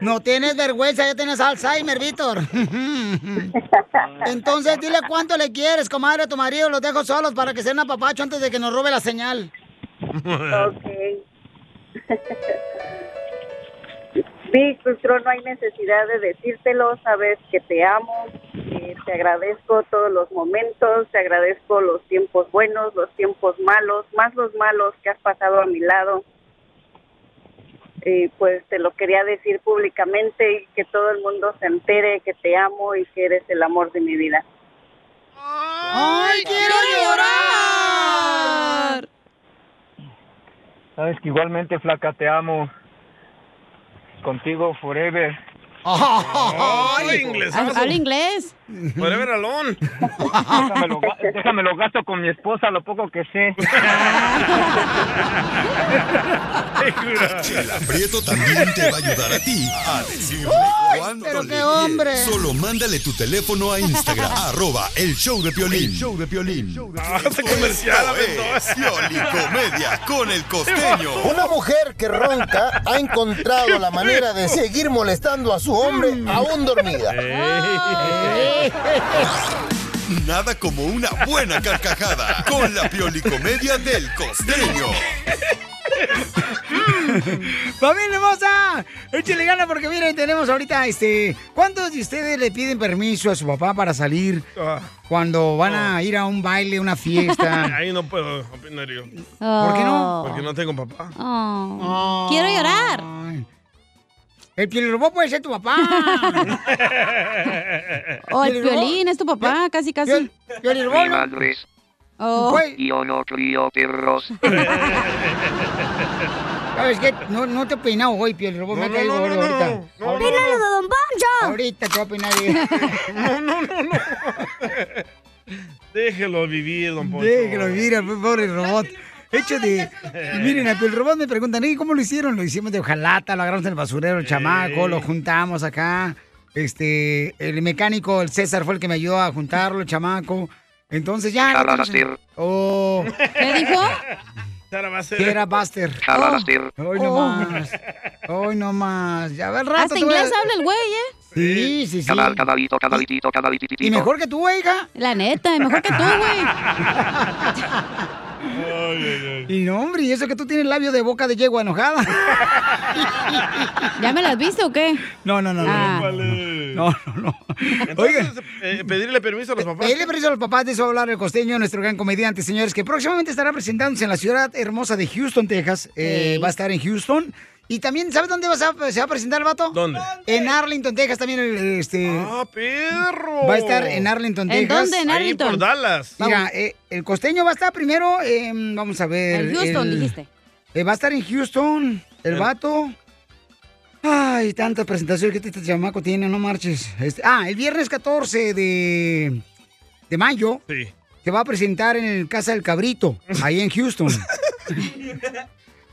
No tienes vergüenza, ya tienes Alzheimer, Víctor. Entonces dile cuánto le quieres, comadre, a tu marido. Los dejo solos para que sean apapacho antes de que nos robe la señal.
ok. Sí, Custro, no hay necesidad de decírtelo, sabes que te amo, que te agradezco todos los momentos, te agradezco los tiempos buenos, los tiempos malos, más los malos que has pasado a mi lado. Y pues te lo quería decir públicamente y que todo el mundo se entere que te amo y que eres el amor de mi vida.
¡Ay, quiero llorar!
Sabes que igualmente, flaca, te amo. Contigo forever.
¡Ay, inglés!
Habla habla inglés.
Forever alone.
Déjame lo, ga- déjame lo gasto con mi esposa, lo poco que sé.
Chela Prieto también te va a ayudar a ti a decirle cuánto
pero
le
qué
quieres.
hombre.
Solo mándale tu teléfono a *laughs* Instagram, arroba el show de Piolín. El show de Piolín.
comercial,
es Piolín Comedia con el costeño.
Una mujer que ronca ha encontrado la manera de seguir molestando a su hombre aún
*laughs*
dormida.
Nada como una buena carcajada con la piolicomedia del costeño.
*laughs* ¡Familia hermosa! Échale gana porque miren, tenemos ahorita este. ¿Cuántos de ustedes le piden permiso a su papá para salir
Ah.
cuando van
Oh.
a ir a un baile, una
*laughs*
fiesta?
Ahí no puedo opinar yo.
¿Por qué no?
Porque no tengo papá.
Oh. Quiero llorar.
El piolirobó puede ser tu papá.
O el
Piolín Robot.
violín es tu papá, casi, casi.
Piolirobó.
Mi madre es-
Oh.
Yo no crío
*laughs*
perros.
¿Sabes qué? No, no te he peinado hoy, piolirobó. Me ha
no,
caído
no,
gordo
no, no,
ahorita.
no,
Ahorita.
de Don Poncho!
Ahorita te voy a peinar
*laughs*
bien.
No, no, no, no. Déjelo vivir, don Poncho.
Déjalo, mira, *laughs* pobre robot. Hecho de. Miren, el robot me preguntan, ¿y cómo lo hicieron? Lo hicimos de hojalata, lo agarramos en el basurero, el chamaco, lo juntamos acá. Este, el mecánico, el César, fue el que me ayudó a juntarlo, el chamaco. Entonces ya.
Calabaster.
Oh.
¿Qué dijo?
Sara va a ser-
Que era Buster.
Calabaster.
Hoy no más. Hoy no más. Ya ver rato.
Oh. Hasta
te voy a-
inglés habla el güey, ¿eh?
Sí, sí, sí.
Canal, canalito, canalitito,
Y
canalititito.
mejor que tú, hija.
La neta, mejor que tú, güey.
Y no, hombre, y eso que tú tienes labio de boca de yegua enojada.
¿Ya me las viste o qué?
No, no, no, no.
Ah.
No, no, no. Oiga,
Eh, pedirle permiso a los papás.
él le hizo a los papás de eso hablar el costeño, nuestro gran comediante, señores, que próximamente estará presentándose en la ciudad hermosa de Houston, Texas. Eh,
Ey.
Va a estar en Houston. Y también, ¿sabes dónde vas a- se va a presentar el vato?
¿Dónde?
En Arlington, Texas también. el, este,
¡Ah, perro!
Va a estar en Arlington,
¿En
Texas.
dónde? ¿En Ahí Arlington? por Dallas.
Mira,
Vamos.
eh, el costeño va a estar primero, em, vamos a ver.
En Houston,
el-
dijiste.
eh, va a estar en Houston, el
El-
vato. Ay, tanta presentación que este, este chamaco tiene, no marches. Este- ah, el viernes 14 de, de mayo
Sí.
se va a presentar en el Casa del Cabrito, ahí
*laughs*
en Houston.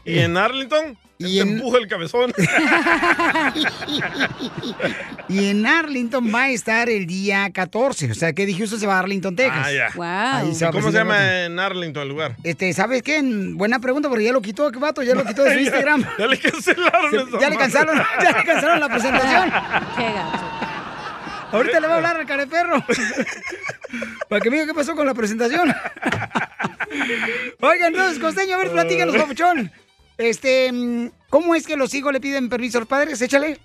¿Y en Arlington?
Y en-
empuja el
*laughs*
cabezón.
y en Arlington va a estar el día 14, o sea que de Houston se va a Arlington, Texas.
Ah, ya.
Ahí
¿Y
va a
¿Cómo se
presentar el vato.
llama en Arlington el lugar?
Este, ¿sabes qué? Buena pregunta, porque ya lo quitó, qué vato, ya lo quitó de su Instagram.
Ya le cancelaron.
Se-
esa
ya le
madre.
cansaron, ya le cancelaron la presentación.
Qué gacho.
Ahorita le va a
*laughs*
hablar al careperro. Para que me diga qué pasó con la presentación. Oigan, entonces, Costeño, a ver, platícanos, papuchón. Este, mm, ¿cómo es que los hijos le piden permiso a los padres? Échale.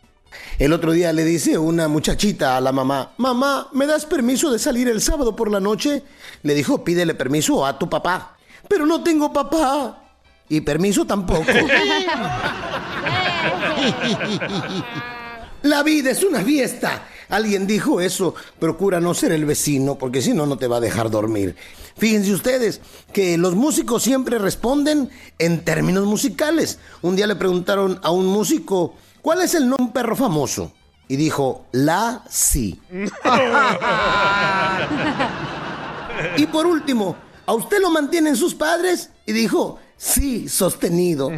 El otro día le dice una muchachita a la mamá, mamá, ¿me das permiso de salir el sábado por la noche? Le dijo, pídele permiso a tu papá. Pero no tengo papá. Y permiso
*laughs*
tampoco. *laughs* la vida es una fiesta. Alguien dijo eso, procura no ser el vecino, porque si no, no te va a dejar dormir. Fíjense ustedes que los músicos siempre responden en términos musicales. Un día le preguntaron a un músico, ¿cuál es el nombre de un perro famoso? Y dijo, la sí. Y por último, ¿a usted lo mantienen sus padres? Y dijo, sí, sostenido.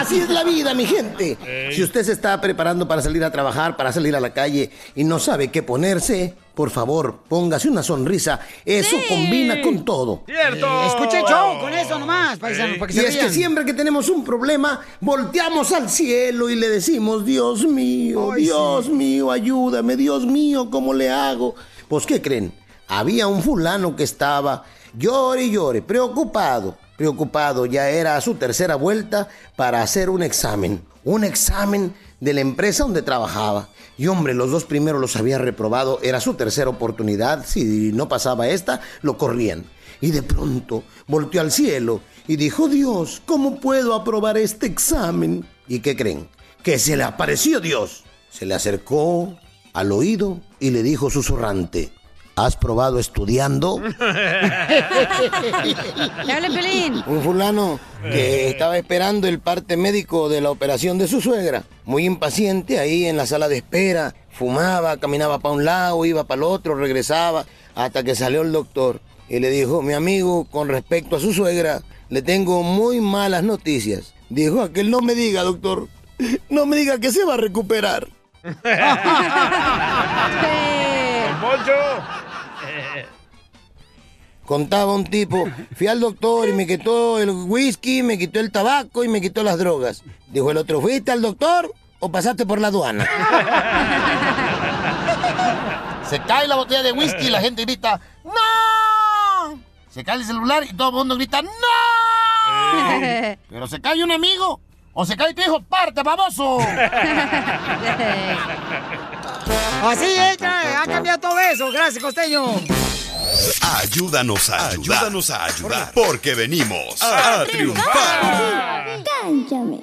Así es la vida, mi gente. Si usted se está preparando para salir a trabajar, para salir a la calle y no sabe qué ponerse, por favor, póngase una sonrisa. Eso combina con todo.
¡Cierto! Escuche el Eh, show con eso nomás, paisano, para que
Eh. Y
se
es que
rían.
siempre que tenemos un problema, volteamos al cielo y le decimos, Dios mío,
Ay,
Dios mío, ayúdame, Dios mío, ¿cómo le hago? Pues, ¿qué creen? Había un fulano que estaba llore y llore, preocupado, preocupado, ya era su tercera vuelta para hacer un examen, un examen de la empresa donde trabajaba. Y hombre, los dos primeros los había reprobado, era su tercera oportunidad, si no pasaba esta, lo corrían. Y de pronto volteó al cielo y dijo, Dios, ¿cómo puedo aprobar este examen? ¿Y qué creen? Que se le apareció Dios. Se le acercó al oído y le dijo susurrante, ¿has probado estudiando?
*laughs*
¡Dale, Pelín!
Un fulano que estaba esperando el parte médico de la operación de su suegra. Muy impaciente ahí en la sala de espera. Fumaba, caminaba para un lado, iba para el otro, regresaba. Hasta que salió el doctor y le dijo, mi amigo, con respecto a su suegra, le tengo muy malas noticias. Dijo aquel, no me diga, doctor, no me diga que se va a recuperar. Contaba un tipo, fui al doctor y me quitó el whisky, me quitó el tabaco y me quitó las drogas. Dijo el otro, ¿fuiste al doctor o pasaste por la aduana?
*laughs* Se cae la botella de whisky y la
*laughs*
gente grita, ¡No! Se cae el celular y todo el mundo grita, ¡No! Pero se cae un amigo o se cae tu hijo, ¡parte, famoso!
Así es, ya, ha cambiado todo eso. Gracias, costeño.
Ayúdanos a ayudar. Ayúdanos a ayudar. Ah. Porque venimos a, triunfar.
Cállame.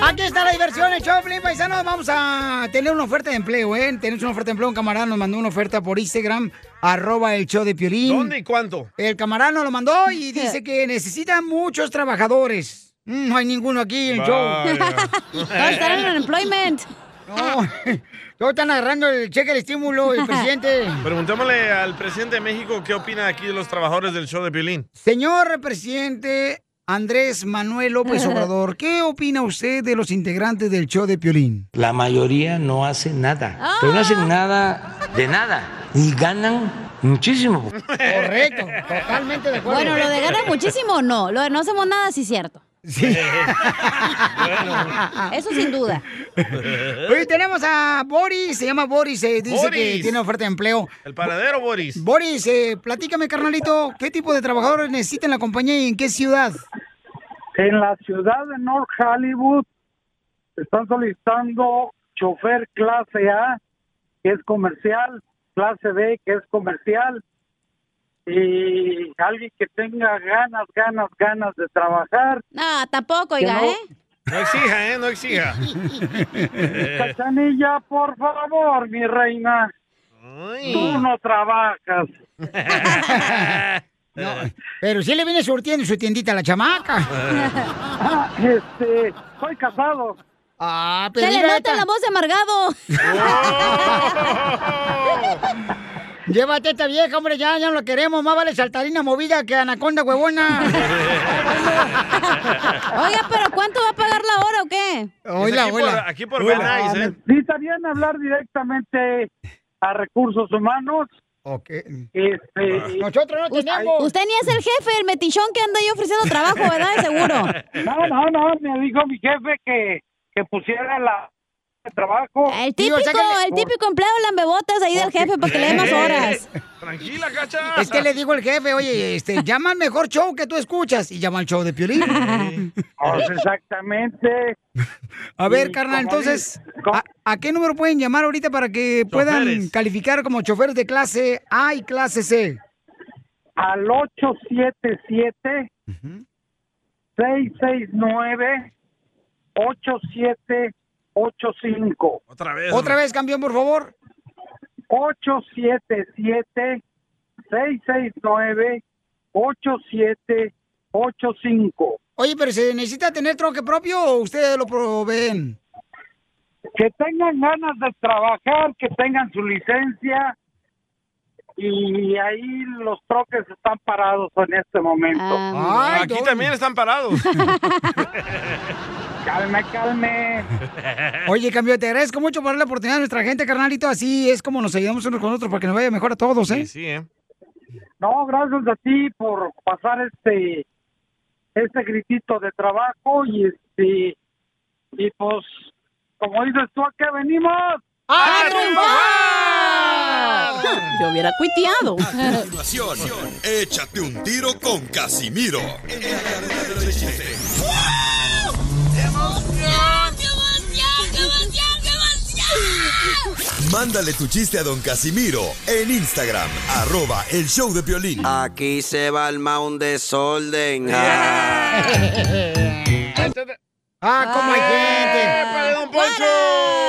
Aquí está la diversión, el show, Pelín, paisanos. Vamos a tener una oferta de empleo, ¿eh? Tenemos una oferta de empleo. Un camarada nos mandó una oferta por Instagram, arroba el show de Piolín.
¿Dónde y cuánto?
El camarada nos lo
*laughs*
mandó y dice que necesita muchos trabajadores. Mm, No hay ninguno aquí en el *laughs*
Vaya.
show.
Todos están en
unemployment. No, *laughs* todos están agarrando el cheque del estímulo,
*laughs*
el presidente.
Preguntémosle al presidente de México qué opina aquí de los trabajadores del show de Piolín.
Señor presidente Andrés
*laughs*
Manuel López Obrador, ¿qué opina usted de los integrantes del show de Piolín?
La mayoría no hace nada. Pero no hacen nada de nada. Y ganan muchísimo.
Correcto, totalmente de acuerdo.
Bueno, lo de ganar muchísimo, no. Lo de no hacemos nada, sí, cierto.
Sí.
Eso sin duda.
Hoy tenemos a Boris, se llama Boris, eh, dice que
¿Eh? Boris.
tiene oferta de empleo.
El panadero Boris.
Boris, eh, platícame, carnalito, ¿qué tipo de trabajadores necesita en la compañía y en qué ciudad?
En la ciudad de North Hollywood están solicitando chofer clase A, que es comercial, clase B, que es comercial, y alguien que tenga ganas, ganas, ganas de trabajar.
Ah, tampoco, oiga,
Que no.
¿eh?
No exija, ¿eh? No exija.
*laughs* Cachanilla, por favor, mi reina. Tú no
*laughs*
trabajas.
No,
Eh.
pero sí le viene surtiendo su tiendita a la chamaca.
Ah,
Eh.
*laughs*
este, soy casado.
Ah, Oh.
Se le
mira,
nota la voz de amargado.
Llévate a esta vieja, hombre, ya, ya no la queremos. Más vale saltarina movida que anaconda
*laughs*
huevona.
Oiga, pero ¿cuánto va a pagar la hora o qué?
Hola,
aquí por- hola.
Aquí por
Hola.
Benais, ¿eh?
Necesitarían hablar directamente a recursos humanos. Este,
Nosotros no
tenemos. Usted ni es el jefe, el metichón que anda ahí ofreciendo trabajo, ¿verdad? De seguro.
No, no, no, me dijo mi jefe que, que pusiera la de trabajo.
El típico, el típico empleo lambebotas ahí del jefe para que le
*laughs*
dé más horas.
Tranquila, cacha.
Es que le digo al jefe, oye, este, llama al mejor show que tú escuchas. Y llama al show de Piolín.
*laughs* Pues exactamente.
A ver,
Y
carnal,
como
entonces,
dice-
¿a, a qué número pueden llamar ahorita para que puedan
Choferes.
calificar como choferes de clase A y clase C?
Al 877 669-8785.
Otra vez.
Otra vez, campeón, por favor.
877-669-8785.
Oye, pero ¿se necesita tener troque propio o ustedes lo proveen?
Que tengan ganas de trabajar, que tengan su licencia. Y ahí los troques están parados en este momento.
Ah, aquí también están
*laughs*
parados.
calme, calme.
Oye, cambio, te agradezco mucho por la oportunidad a nuestra gente, carnalito. Así es como nos ayudamos unos con otros para que nos vaya mejor a todos, ¿eh?
Sí, ¿eh?
No, gracias a ti por pasar este este gritito de trabajo y este y pues como dices tú a qué venimos
¡A
Yo hubiera cuiteado.
Continuación, échate un tiro con Casimiro. Mándale tu chiste a don Casimiro en Instagram, arroba el show de violín.
Aquí se va el un desorden.
Ah, como hay gente.
don Poncho!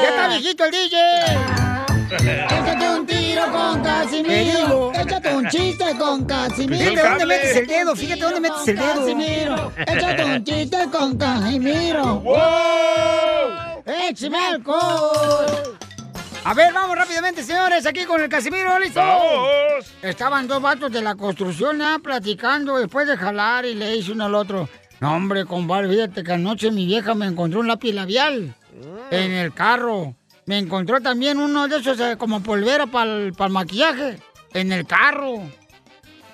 Ya está viejito el DJ. Échate un tiro con Casimiro. Échate un chiste con Casimiro.
Fíjate dónde metes Pues, el
dedo, fíjate dónde metes el dedo. Casimiro. Échate un chiste con Casimiro.
¡Wow!
¡Échame alcohol! A ver, vamos rápidamente, señores, aquí con el Casimiro, ¿listo?
Vamos.
Estaban dos vatos de la construcción, ah, platicando después de jalar y le dice uno al otro, no, hombre, compadre, fíjate que anoche mi vieja me encontró un lápiz labial en el carro. Me encontró también uno de esos eh, como polvera para el, maquillaje en el carro.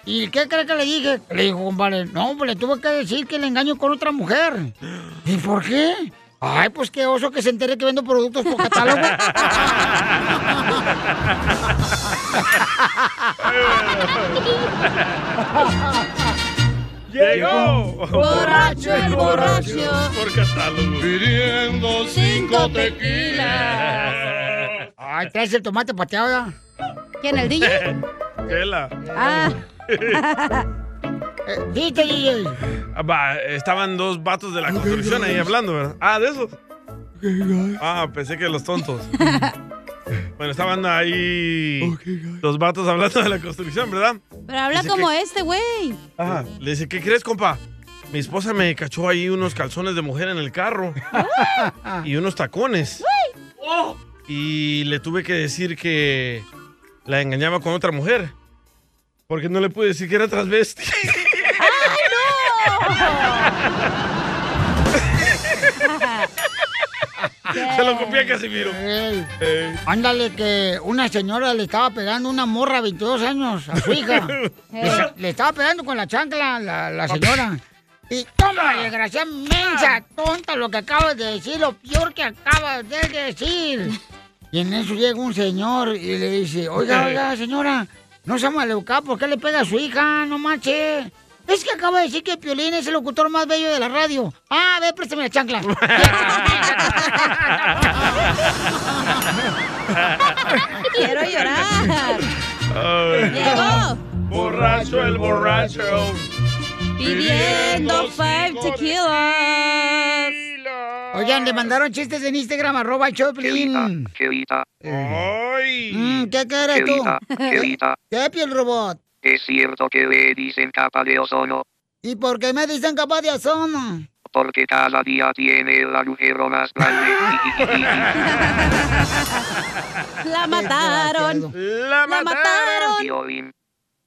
¿Y qué crees que le dije? Le dijo, compadre, no, pues le tuve que decir que le engaño con otra mujer. ¿Y por qué? Ay, pues qué oso que se entere que vendo productos por catálogo.
Llegó
Borracho
el borracho
Por catálogo.
pidiendo cinco tequilas.
Ay, traes el tomate pateado ya.
¿Quién, el DJ?
*laughs*
*laughs* Tela.
Ah. Eh,
Dite, DJ.
Ah, va, estaban dos vatos de la construcción ahí hablando, ¿verdad? Ah, de esos. Ah, pensé que los tontos. Bueno, estaban ahí los vatos hablando de la construcción, ¿verdad?
Pero habla
Dice
como
que-
este, güey.
Ajá. Le dice, ¿qué crees, compa? Mi esposa me cachó ahí unos calzones de mujer en el carro y unos tacones. Y le tuve que decir que la engañaba con otra mujer. Porque no le pude decir que era transvesti. *laughs* *laughs* Se lo copié a Casimiro.
Ey. Ándale, que una señora le estaba pegando una morra a 22 años a
*laughs*
su hija. le, le estaba pegando con la chancla la,
*laughs*
la señora. Y toma, desgraciada mensa, tonta, lo que acabas de decir, lo peor que acabas de decir. Y en eso llega un señor y le dice, oiga, oiga, señora, no se maleducada, ¿por qué le pega a su hija? No manche. Es que acaba de decir que Piolín es el locutor más bello de la radio. Ah, ve, préstame la *laughs* chancla.
Quiero llorar.
Llegó. Borracho el borracho.
Pidiendo five tequilas.
Oigan, le mandaron chistes en Instagram, arroba el Choplin.
Querida,
Eh. Mm, ¿Qué quieres tú?
querida,
*laughs*
querida.
¿Qué piel robot?
Es cierto que le dicen capa de ozono,
¿Y por qué me dicen capaz de ozono?
porque cada día tiene el agujero más
*laughs*
grande.
La mataron.
La mataron.
Violín.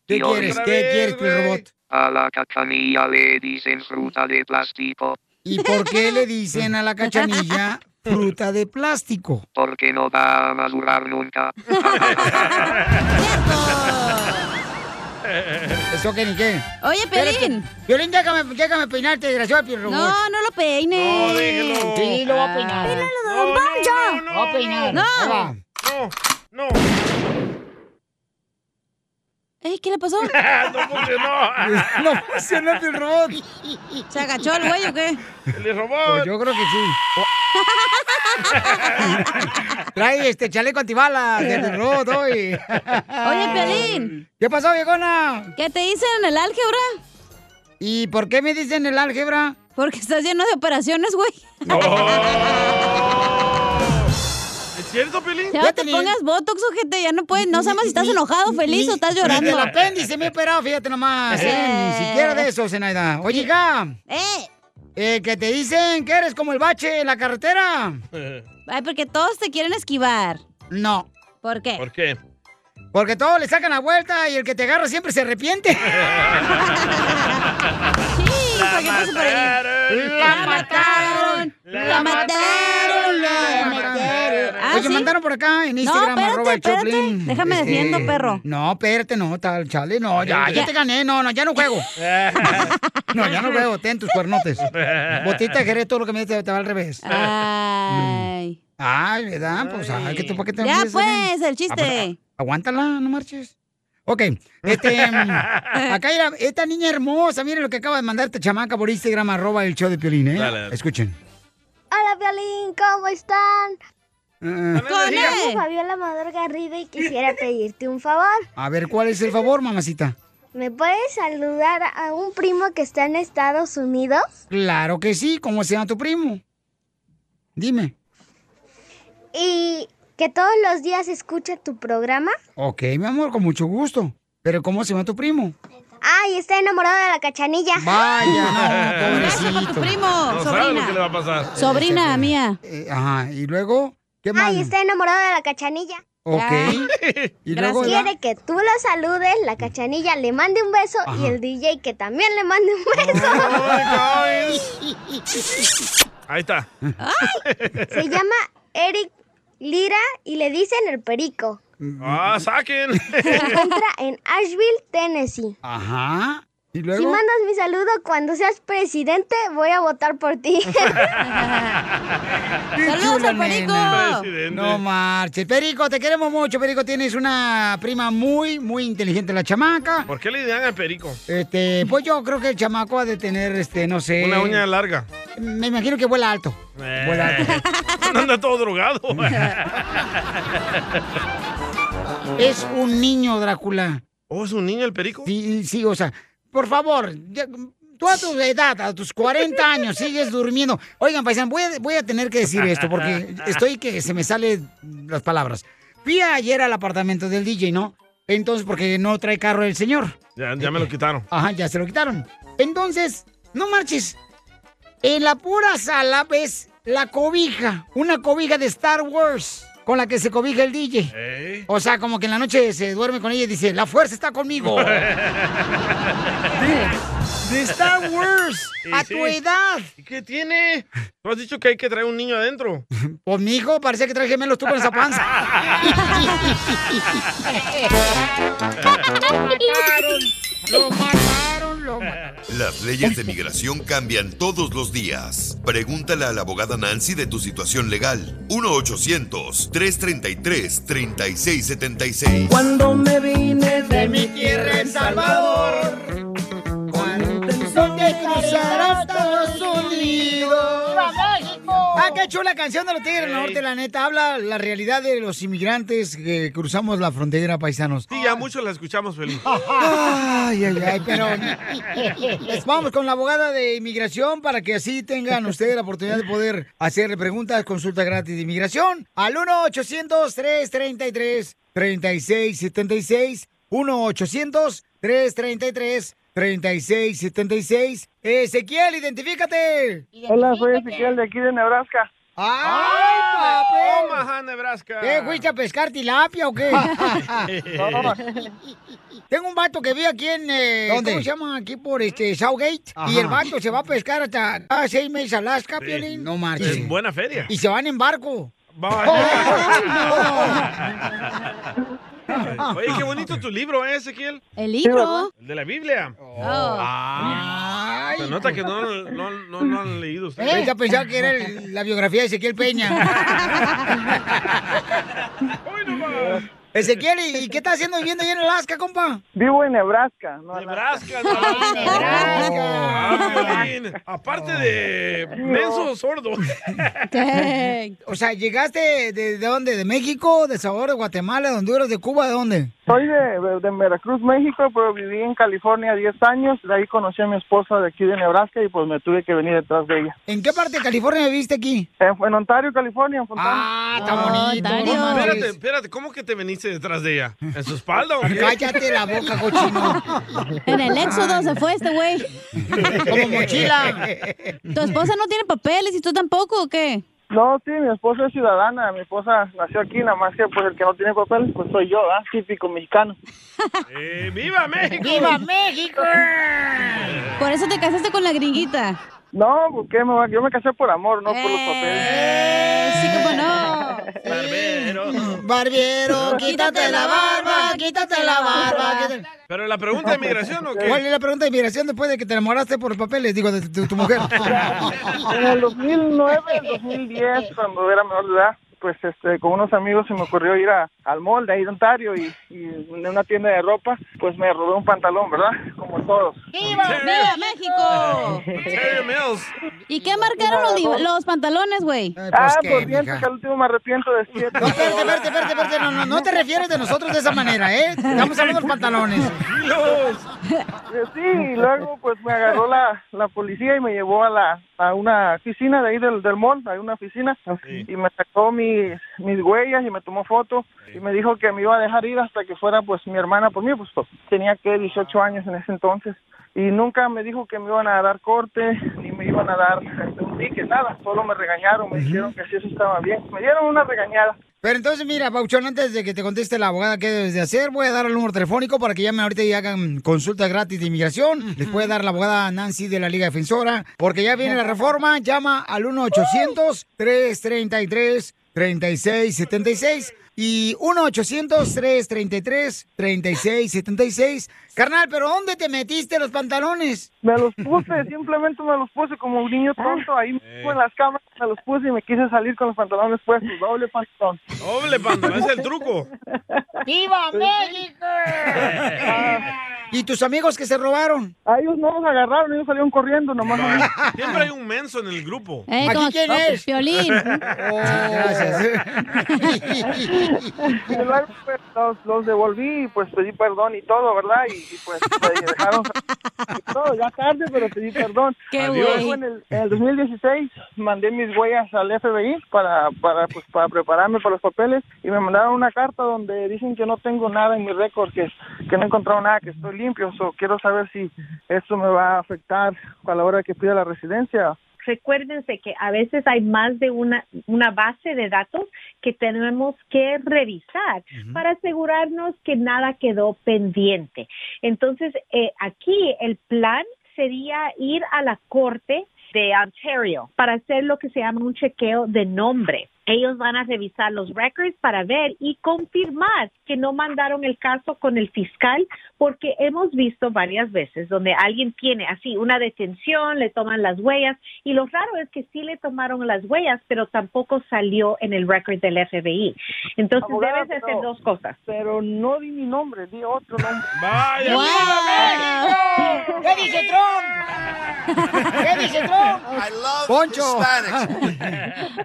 ¿Qué
Violín.
quieres? ¿Qué quieres, piel robot?
A la cachanilla le dicen fruta de plástico,
¿Y por qué le dicen a la *laughs* cachanilla fruta de plástico?
porque no va a madurar nunca.
¿Eso qué ni qué?
Oye, Pelín.
Violín, déjame, déjame peinarte, desgraciado piel robot.
No, no lo peines.
No, déjelo. Sí, lo va a peinar.
Peínalo, don Pancho.
Lo voy a peinar.
No.
Ahí va.
No, no.
Ey, ¿Qué le *laughs* pasó?
No funcionó.
*laughs* No funcionó el robot.
¿Se agachó el güey o qué?
El
Pues
robot.
yo creo que sí.
*laughs*
Trae este chaleco antibalas del robot hoy.
Oye, Pelín.
¿Qué pasó, viejona?
¿Qué te dicen en el álgebra?
¿Y por qué me dicen el álgebra?
Porque estás lleno de operaciones, güey.
¿Es cierto, Pelín?
Ya te pongas botox, ojete, ya no puedes, no sabes si estás enojado, feliz o estás llorando.
El apéndice me he operado, fíjate nomás. eh, ni siquiera de eso, Zenaida. Oye, hija.
Eh.
que te dicen que eres como el bache en la carretera.
Ay, porque todos te quieren esquivar.
No.
¿Por qué?
*laughs* ¿Por
*laughs*
qué?
Porque todos le sacan la vuelta y el que te agarra siempre se arrepiente.
porque pasa por ahí.
La mataron.
La mataron. La
mataron.
*laughs* Ah,
Oye,
¿sí?
mandaron por acá en
No,
Instagram,
espérate,
arroba el
espérate.
Choplin.
Déjame
Este,
defiendo, perro.
No, espérate, no, tal, chale, no, ya, ya
Ya.
te gané, no, no, ya
*laughs*
no juego. No, ya no juego, ten tus
*laughs*
cuernotes. Botita de Jerez, todo lo que me dices te va al revés.
Ay.
Ay, ¿verdad? Pues, ay, que tú para qué te
Ah.
Ah,
Ya
ríes, Adrián?
pues, el chiste.
Aguanta- Aguántala, no marches. Ok, este, mm,
*laughs*
acá era esta niña hermosa, miren lo que acaba de mandarte chamaca por Instagram, arroba el show de Piolín, ¿eh? Escuchen.
Hola, Violín, ¿cómo están?
Eh,
Soy Fabiola Amador Garrido
*laughs*
y quisiera pedirte un favor.
a ver, ¿cuál es el favor, mamacita?
¿Me puedes saludar a un primo que está en Estados Unidos?
Claro que sí, ¿cómo se llama tu primo? Dime.
Y que todos los días escucha tu programa.
Ok, mi amor, con mucho gusto. Pero ¿cómo se llama tu primo?
Ay, está enamorado de la cachanilla.
Vaya, *laughs* no, pobrecito. Eh,
No sabe lo que le va a pasar.
*laughs* Sobrina mía.
Ajá, y luego, ¿qué más?
Ay, está enamorado de la cachanilla.
Ok. Y luego, ¿verdad?
Quiere que tú lo saludes, la cachanilla le mande un beso y
Ajá.
el DJ que también le mande un
*laughs*
*laughs* beso. *laughs*
Ahí está.
Se llama Eric Lira y le dicen el perico.
¡Ah, saquen!
Se encuentra en Asheville, Tennessee.
*laughs* Ajá. Y
Si
luego.
mandas mi saludo cuando seas presidente, voy a votar por ti.
¡Qué
¡Saludos
chula,
al Perico!
nena!
Presidente.
No marches. Perico, te queremos mucho. Perico, tienes una prima muy, muy inteligente, la chamaca.
¿Por qué le dan al perico?
Este, pues yo creo que el chamaco ha de tener, este, no sé.
Una uña larga.
Me imagino que vuela alto. Vuela *laughs* alto.
No Eh. anda todo drogado.
*laughs* Es un niño, Drácula.
¿Oh, es un niño el perico?
Sí, sí, o sea, por favor, ya- tú a tu edad, a tus 40 años, sigues durmiendo. Oigan, paisan, voy a, voy a tener que decir esto porque estoy que se me salen las palabras. Fui ayer al apartamento del DJ, ¿no? Entonces, porque no trae carro el señor.
Ya, ya me lo quitaron.
Ajá, ya se lo quitaron. Entonces, no marches. En la pura sala ves la cobija, una cobija de Star Wars con la que se cobija el DJ.
¿Eh?
O sea, como que en la noche se duerme con ella y dice, la fuerza está conmigo. De Star
*laughs*
Wars,
Sí,
a
sí.
tu edad.
¿Y qué tiene? Tú has dicho que hay que traer un niño adentro.
*laughs* Pues mi hijo parecía que trae gemelos tú con esa panza.
*laughs*
Lo mataron, lo mataron.
Las leyes de migración cambian todos los días. Pregúntale a la abogada Nancy de tu situación legal. 1-800-333-3676.
Cuando me vine de mi
tierra, El
Salvador,
¿Dónde *laughs* cruzará Estados Unidos? Ah, qué chula canción de los Tigres del Norte, la neta. Habla la realidad de los inmigrantes que cruzamos la frontera, paisanos.
Sí, ya muchos la escuchamos, Felipe.
*laughs* Ay, ay, ay, pero... Pues Vamos con la abogada de inmigración para que así tengan ustedes la oportunidad de poder hacerle preguntas, consulta gratis de inmigración al 1-800-333-3676, 1-800-333-3676. Ezequiel, identifícate.
Hola, soy Ezequiel de aquí de Nebraska.
¡Ay, papel!
Omaha, Nebraska.
¿Qué, fuiste a pescar tilapia o *laughs* qué? Tengo un vato que vive aquí en... eh,
¿Dónde?
¿Cómo se llama? Aquí por este Southgate. Y
Ajá.
el vato se va a pescar hasta ah, seis meses a Alaska, Piolín. No marches.
Es buena feria.
Y Oh. se van en barco.
Oye, qué bonito tu libro, ¿eh, Ezequiel?
El libro.
El de la Biblia.
Oh.
Ah. Se nota que no, no, no, no han leído ustedes.
Ella ¿Eh? pensaba que era
*laughs*
el- la biografía de Ezequiel Peña. Ezequiel, ¿y y qué estás haciendo viviendo ahí en Alaska, compa?
Vivo en Nebraska. No,
Nebraska,
*laughs*
no. Ah, Piolín, Aparte de menso
*laughs*
sordo.
o sea, ¿llegaste de, de dónde? ¿De México, de Salvador, de Guatemala, de Honduras, de Cuba? ¿De dónde?
Soy de, de Veracruz, México, pero viví en California 10 años. De ahí conocí a mi esposa de aquí de Nebraska y pues me tuve que venir detrás de ella.
¿En qué parte de California viviste aquí?
En, en Ontario, California, en Fontana.
Ah, está
Oh,
bonito. no manches.
Espérate, espérate, ¿cómo que te veniste detrás de ella? ¿En su espalda o qué?
Cállate la
*laughs*
boca, cochino.
*laughs* En el éxodo se fue este güey.
*laughs* Como mochila.
¿Tu esposa no tiene papeles y tú tampoco o qué?
No, sí, mi esposa es ciudadana, mi esposa nació aquí, nada más que pues el que no tiene papel, pues soy yo, ¿ah? Típico mexicano.
Eh, ¡Viva México!
¡Viva *laughs* México!
Por eso te casaste con la gringuita.
No, porque me va- yo me casé por amor, no por los
Eh,
papeles.
sí, cómo no.
Barbero, quítate la barba, quítate la barba. quítate-
Pero la pregunta
pues.
de migración o
¿Cuál
qué?
es la pregunta de migración después de que te enamoraste por papeles, digo, de tu, tu mujer?
En el 2009, el
*laughs*
2010, cuando era menor de edad, pues este, con unos amigos se me ocurrió ir a, al mall de ahí de Ontario y, y en una tienda de ropa, pues me robé un pantalón, ¿verdad? Como todos.
¡Viva México!
pues
¿Y qué marcaron los, di- los pantalones, güey?
ah, pues pienso que al último me arrepiento de siete.
Espérate, espérate, espérate, espérate, no, no, no te refieres de nosotros de esa manera, ¿eh? Estamos hablando de los pantalones.
Eh, Sí, y luego pues me agarró la, la policía y me llevó a la a una oficina de ahí del, del mall, hay una oficina, y me sacó mis, mis huellas y me tomó foto y me dijo que me iba a dejar ir hasta que fuera pues mi hermana por mí, pues to- tenía que 18 años en ese entonces y nunca me dijo que me iban a dar corte ni me iban a dar este, un ticket, nada, solo me regañaron, me dijeron que si eso estaba bien, me dieron una regañada.
Pero entonces, mira, Pauchón, antes de que te conteste la abogada qué debes de hacer, voy a dar el número telefónico para que llamen ahorita y hagan consulta gratis de inmigración. Les puede dar la abogada Nancy de la Liga Defensora, porque ya viene la reforma. Llama al 1-800-333-3676 y 1-800-333-3676. Carnal, ¿pero dónde te metiste los pantalones?
Me los puse, simplemente me los puse como un niño tonto, ahí mismo en las cámaras me los puse y me quise salir con los pantalones puestos, doble pantalón.
Doble pantalón, ese es el truco.
¡Viva México! ¿Y tus amigos que se robaron?
A ellos no los agarraron, ellos salieron corriendo nomás. a mí.
*laughs*
Siempre hay un menso en el grupo.
Eh, ¿Aquí como- quién oh,
pues.
es? *laughs*
*laughs*
Piolín. *laughs* Y luego pues, los, los devolví y pues pedí perdón y todo, ¿verdad? Y, y, pues me *laughs* dejaron y todo, ya tarde, pero pedí perdón.
Qué
Y
güey.
luego en el, en el 2016 mandé mis huellas al FBI para, para, pues, para prepararme para los papeles y me mandaron una carta donde dicen que no tengo nada en mi récord, que, que no he encontrado nada, que estoy limpio. So, quiero saber si esto me va a afectar a la hora que pida la residencia.
recuérdense que a veces hay más de una, una base de datos que tenemos que revisar para asegurarnos que nada quedó pendiente. Entonces, eh, aquí el plan sería ir a la corte de Ontario para hacer lo que se llama un chequeo de nombre. Ellos van a revisar los records para ver y confirmar que no mandaron el caso con el fiscal porque hemos visto varias veces donde alguien tiene así una detención, le toman las huellas y lo raro es que sí le tomaron las huellas, pero tampoco salió en el record del FBI. Entonces
Abogada,
debes de hacer
pero-
dos cosas.
Pero no di mi nombre, di otro nombre.
¡Vaya,
¡Viva México!
¿Qué dice Trump? ¿Qué dice
*laughs*
Trump? Poncho.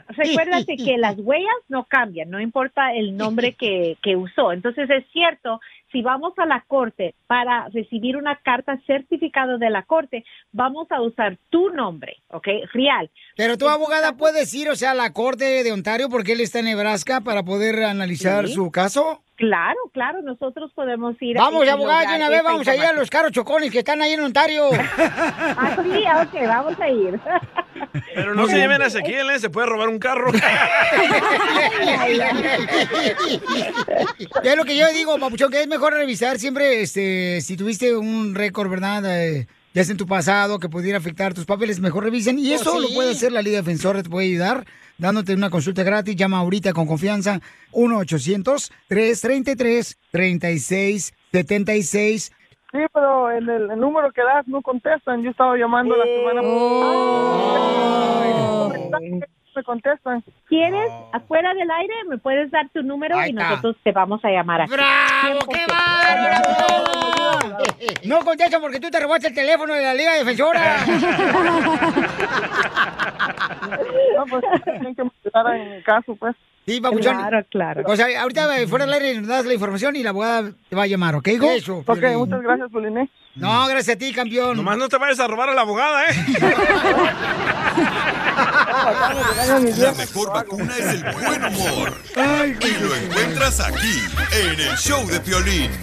Recuérdate que las huellas no cambian, no importa el nombre que, que usó. Entonces es cierto, si vamos a la corte para recibir una carta certificada de la corte, vamos a usar tu nombre, ¿ok? Real.
Pero tu abogada puede ir, o sea, a la corte de Ontario porque él está en Nebraska para poder analizar
Sí.
su caso.
Claro, claro, nosotros podemos ir.
Vamos,
y- y
abogada, de
lograr
una vez
esa
vamos a ir a
información.
los caros chocones que están ahí en Ontario.
*laughs* Ah, sí, ah, ok, vamos a ir.
Pero no se lleven a Ezequiel, ¿eh? Se puede robar un carro.
Y es lo que yo digo, Papuchón, que es mejor revisar siempre, este, si tuviste un récord, ¿verdad? Eh, ya sea en tu pasado, que pudiera afectar tus papeles, mejor revisen. Y
Oh,
eso lo
sí.
puede hacer la Liga Defensora, te puede ayudar, dándote una consulta gratis. Llama ahorita con confianza, 1-800-333-3676.
Sí, pero en el, el número que
Oh.
das no contestan. Yo estaba llamando la semana pasada.
me contestan.
¿Quieres, afuera del aire, me puedes dar tu número
Ahí
y
está.
nosotros te vamos a llamar aquí?
¡Bravo!
100%.
¡Qué bárbaro! No contesta porque tú te robaste el teléfono de la Liga Defensora.
*laughs*
*laughs*
No, pues tienen que mandar en mi caso, pues.
Sí, papuchón.
Claro, claro.
O sea, ahorita eh, fuera del aire nos das la información y la abogada te va a llamar, ¿ok, hijo?
Eso, Ok, muchas gracias, ¿eh? Poliné.
*laughs* No, gracias a ti, campeón.
Nomás no te vayas a robar a la abogada,
*laughs*
¿eh?
La mejor vacuna es el buen humor. Y lo encuentras aquí, en el show de Piolín.